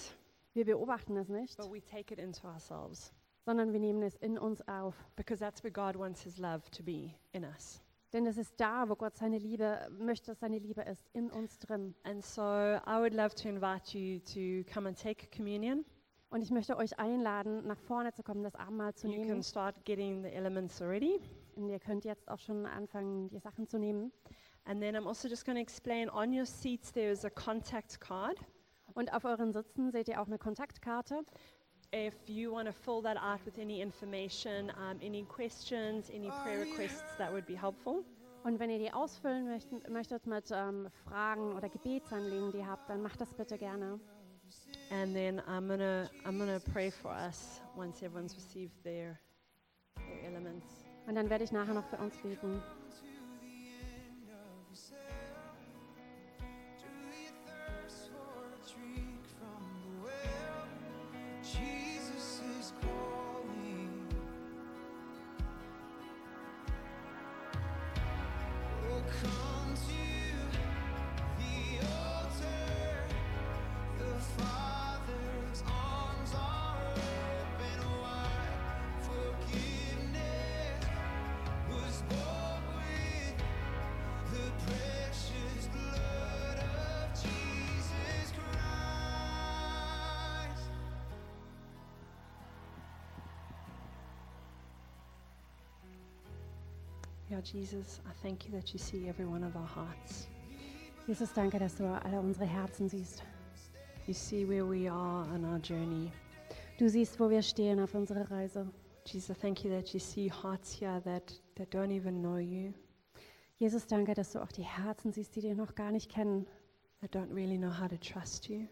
[SPEAKER 2] wir beobachten es nicht,
[SPEAKER 1] but we take it into ourselves
[SPEAKER 2] sondern wir nehmen es in uns auf.
[SPEAKER 1] because that's where God wants His love to be in us.
[SPEAKER 2] Denn es ist da, wo Gott seine Liebe möchte, dass seine Liebe ist, in uns drin.
[SPEAKER 1] And so I would love to invite you to come and take communion.
[SPEAKER 2] Und ich möchte euch einladen, nach vorne zu kommen, das Abendmahl zu
[SPEAKER 1] You can
[SPEAKER 2] nehmen.
[SPEAKER 1] start getting the elements already.
[SPEAKER 2] Und ihr könnt jetzt auch schon anfangen, die Sachen zu nehmen.
[SPEAKER 1] And then I'm also just going to explain on your seats there is a contact card.
[SPEAKER 2] Und auf euren Sitzen seht ihr auch eine Kontaktkarte.
[SPEAKER 1] If you want to fill that out with any information, um, any questions, any prayer requests, that would be helpful.
[SPEAKER 2] Und wenn ihr die ausfüllen möchtet, möchtet mit ähm, Fragen oder Gebetsanliegen, die ihr habt, dann macht das bitte gerne.
[SPEAKER 1] And then I'm gonna I'm gonna pray for us once everyone's received their their elements.
[SPEAKER 2] Und dann werde ich nachher noch für uns beten.
[SPEAKER 3] Do you thirst for a drink from the well? Jesus is calling. Oh, come to the altar. The Father's arms are open wide. Forgiveness was bought with the precious blood of Jesus Christ.
[SPEAKER 1] Yeah, Jesus, I thank you that you see every one of our hearts.
[SPEAKER 2] Jesus, danke, dass du alle unsere Herzen siehst.
[SPEAKER 1] You see where we are on our journey.
[SPEAKER 2] Du siehst, wo wir stehen auf unserer Reise.
[SPEAKER 1] Jesus, I thank you that you see hearts here that, that don't even know you,
[SPEAKER 2] Jesus, danke, dass du auch die Herzen siehst, die dir noch gar nicht kennen,
[SPEAKER 1] that don't really know how to trust you,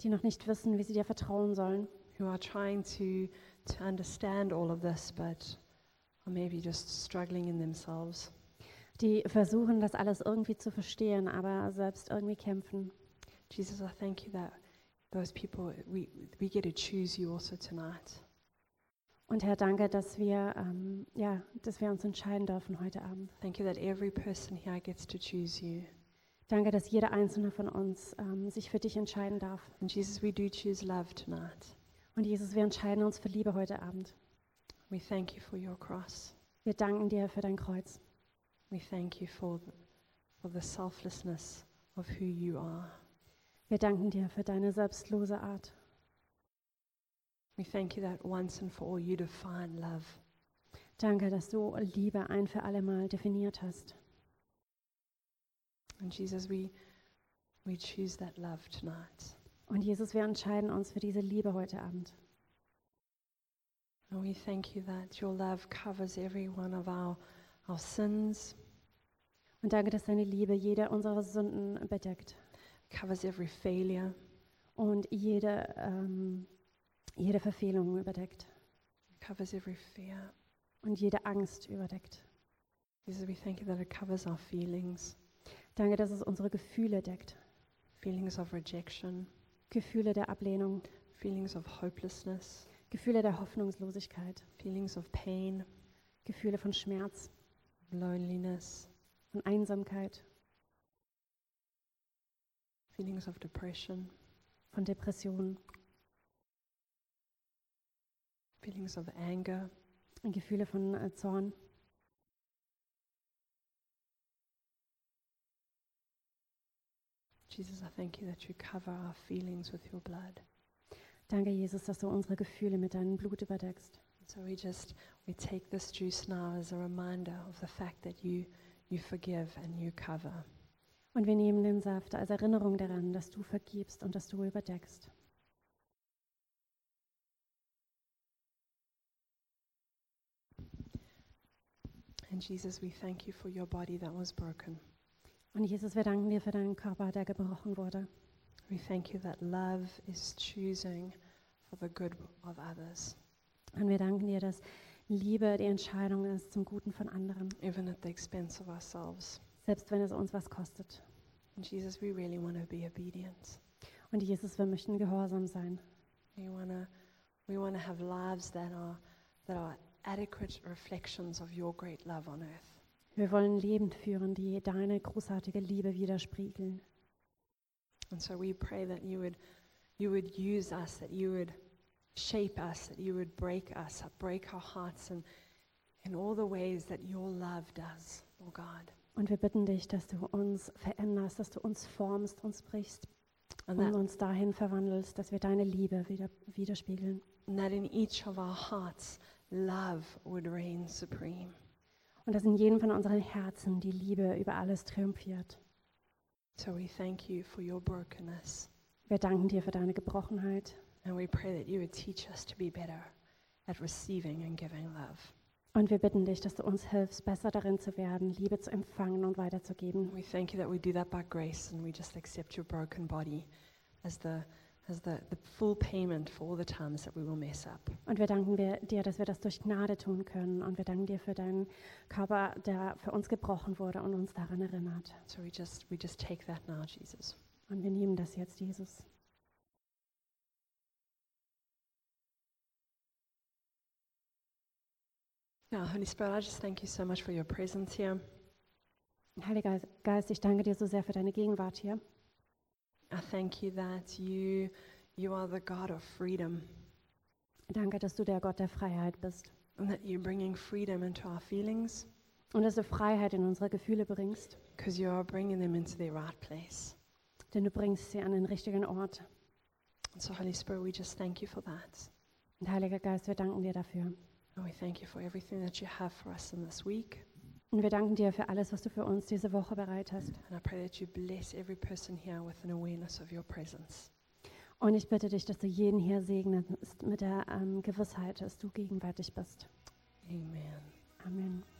[SPEAKER 2] die noch nicht wissen, wie sie dir vertrauen sollen,
[SPEAKER 1] who are trying to to understand all of this but are maybe just struggling in themselves.
[SPEAKER 2] die versuchen, das alles irgendwie zu verstehen, aber selbst irgendwie kämpfen.
[SPEAKER 1] Jesus, I thank you that those people we we get to choose you also tonight.
[SPEAKER 2] Und Herr, danke, dass wir, ähm, ja, dass wir uns entscheiden dürfen heute Abend.
[SPEAKER 1] Thank you that every person here gets to choose you.
[SPEAKER 2] Danke, dass jeder einzelne von uns ähm, sich für dich entscheiden darf.
[SPEAKER 1] And Jesus, we do choose love tonight.
[SPEAKER 2] Und Jesus, wir entscheiden uns für Liebe heute Abend.
[SPEAKER 1] We thank you for your cross.
[SPEAKER 2] Wir danken dir für dein Kreuz.
[SPEAKER 1] We thank you for the, for the selflessness of who you are.
[SPEAKER 2] Wir danken dir für deine selbstlose Art.
[SPEAKER 1] We thank you that once and for all you define love.
[SPEAKER 2] Danke, dass du Liebe ein für alle Mal definiert hast.
[SPEAKER 1] And Jesus, we, we choose that love tonight.
[SPEAKER 2] Und Jesus, wir entscheiden uns für diese Liebe heute Abend.
[SPEAKER 1] And we thank you that your love covers every one of our, our sins,
[SPEAKER 2] Und danke, dass deine Liebe jede unserer Sünden bedeckt
[SPEAKER 1] covers every failure,
[SPEAKER 2] und jede, ähm, jede Verfehlung überdeckt
[SPEAKER 1] covers every fear.
[SPEAKER 2] und jede Angst überdeckt.
[SPEAKER 1] Jesus, we thank you that it covers our feelings,
[SPEAKER 2] Danke, dass es unsere Gefühle deckt.
[SPEAKER 1] feelings of rejection,
[SPEAKER 2] Gefühle der Ablehnung,
[SPEAKER 1] feelings of hopelessness,
[SPEAKER 2] Gefühle der Hoffnungslosigkeit,
[SPEAKER 1] feelings of pain,
[SPEAKER 2] Gefühle von Schmerz,
[SPEAKER 1] loneliness,
[SPEAKER 2] von Einsamkeit,
[SPEAKER 1] feelings of depression,
[SPEAKER 2] von Depressionen,
[SPEAKER 1] feelings of anger,
[SPEAKER 2] und Gefühle von äh, Zorn.
[SPEAKER 1] Jesus, I thank you that you cover our feelings with your blood.
[SPEAKER 2] Danke, Jesus, dass du unsere Gefühle mit deinem Blut überdeckst.
[SPEAKER 1] So we just we take this juice now as a reminder of the fact that you you forgive and you cover.
[SPEAKER 2] Und wir nehmen den Saft als Erinnerung daran, dass du vergibst und dass du überdeckst.
[SPEAKER 1] And Jesus, we thank you for your body that was broken.
[SPEAKER 2] Und Jesus, wir danken dir für deinen Körper, der gebrochen wurde.
[SPEAKER 1] We thank you that love is choosing for the good of others,
[SPEAKER 2] Und wir danken dir, dass Liebe die Entscheidung ist zum Guten von anderen,
[SPEAKER 1] even at the expense of ourselves.
[SPEAKER 2] selbst wenn es uns was kostet.
[SPEAKER 1] And Jesus, we really want to be obedient.
[SPEAKER 2] Und Jesus, wir möchten gehorsam sein.
[SPEAKER 1] We want to we want to have lives that are that are adequate reflections of your great love on earth.
[SPEAKER 2] Wir wollen Leben führen, die deine großartige Liebe widerspiegeln.
[SPEAKER 1] And so we pray that you would, you would use us, that you would shape us, that you would break us, up, break our hearts in, in all the ways that your love does, oh God.
[SPEAKER 2] Und wir bitten dich, dass du uns veränderst, dass du uns formst, uns brichst
[SPEAKER 1] And
[SPEAKER 2] und
[SPEAKER 1] that,
[SPEAKER 2] uns dahin verwandelst, dass wir deine Liebe wieder, widerspiegeln.
[SPEAKER 1] and that in each of our hearts, love would reign supreme.
[SPEAKER 2] Und dass in jedem von unseren Herzen die Liebe über alles triumphiert.
[SPEAKER 1] So we thank you for your brokenness.
[SPEAKER 2] Wir danken dir für deine Gebrochenheit.
[SPEAKER 1] And we pray that you would teach us to be better at receiving and giving love.
[SPEAKER 2] Und wir bitten dich, dass du uns hilfst, besser darin zu werden, Liebe zu empfangen und weiterzugeben.
[SPEAKER 1] We thank you that we do that by grace and we just accept your broken body as the as the, the full payment for all the times that we will mess up.
[SPEAKER 2] Und wir danken wir dir, dass wir das durch Gnade tun können. Und wir danken dir für deinen Körper, der für uns gebrochen wurde und uns daran erinnert.
[SPEAKER 1] So we just we just take that now, Jesus.
[SPEAKER 2] Und wir nehmen das jetzt, Jesus.
[SPEAKER 1] Now, Holy Spirit, I just thank you so much for your presence here.
[SPEAKER 2] Heiliger Geist, ich danke dir so sehr für deine Gegenwart hier.
[SPEAKER 1] I thank you that you you are the God of freedom
[SPEAKER 2] Danke, dass du der Gott der Freiheit bist.
[SPEAKER 1] and that you're bringing freedom into our feelings
[SPEAKER 2] Und dass du Freiheit in unsere Gefühle bringst.
[SPEAKER 1] because you are bringing them into their right place.
[SPEAKER 2] Denn du bringst sie an den richtigen Ort.
[SPEAKER 1] And so, Holy Spirit, we just thank you for that.
[SPEAKER 2] Und Heiliger Geist, wir danken dir dafür.
[SPEAKER 1] And we thank you for everything that you have for us in this week.
[SPEAKER 2] Und wir danken dir für alles, was du für uns diese Woche bereit hast.
[SPEAKER 1] And I pray that you bless every person here with an awareness of your presence.
[SPEAKER 2] Und ich bitte dich, dass du jeden hier segnest mit der ähm, Gewissheit, dass du gegenwärtig bist.
[SPEAKER 1] Amen.
[SPEAKER 2] Amen.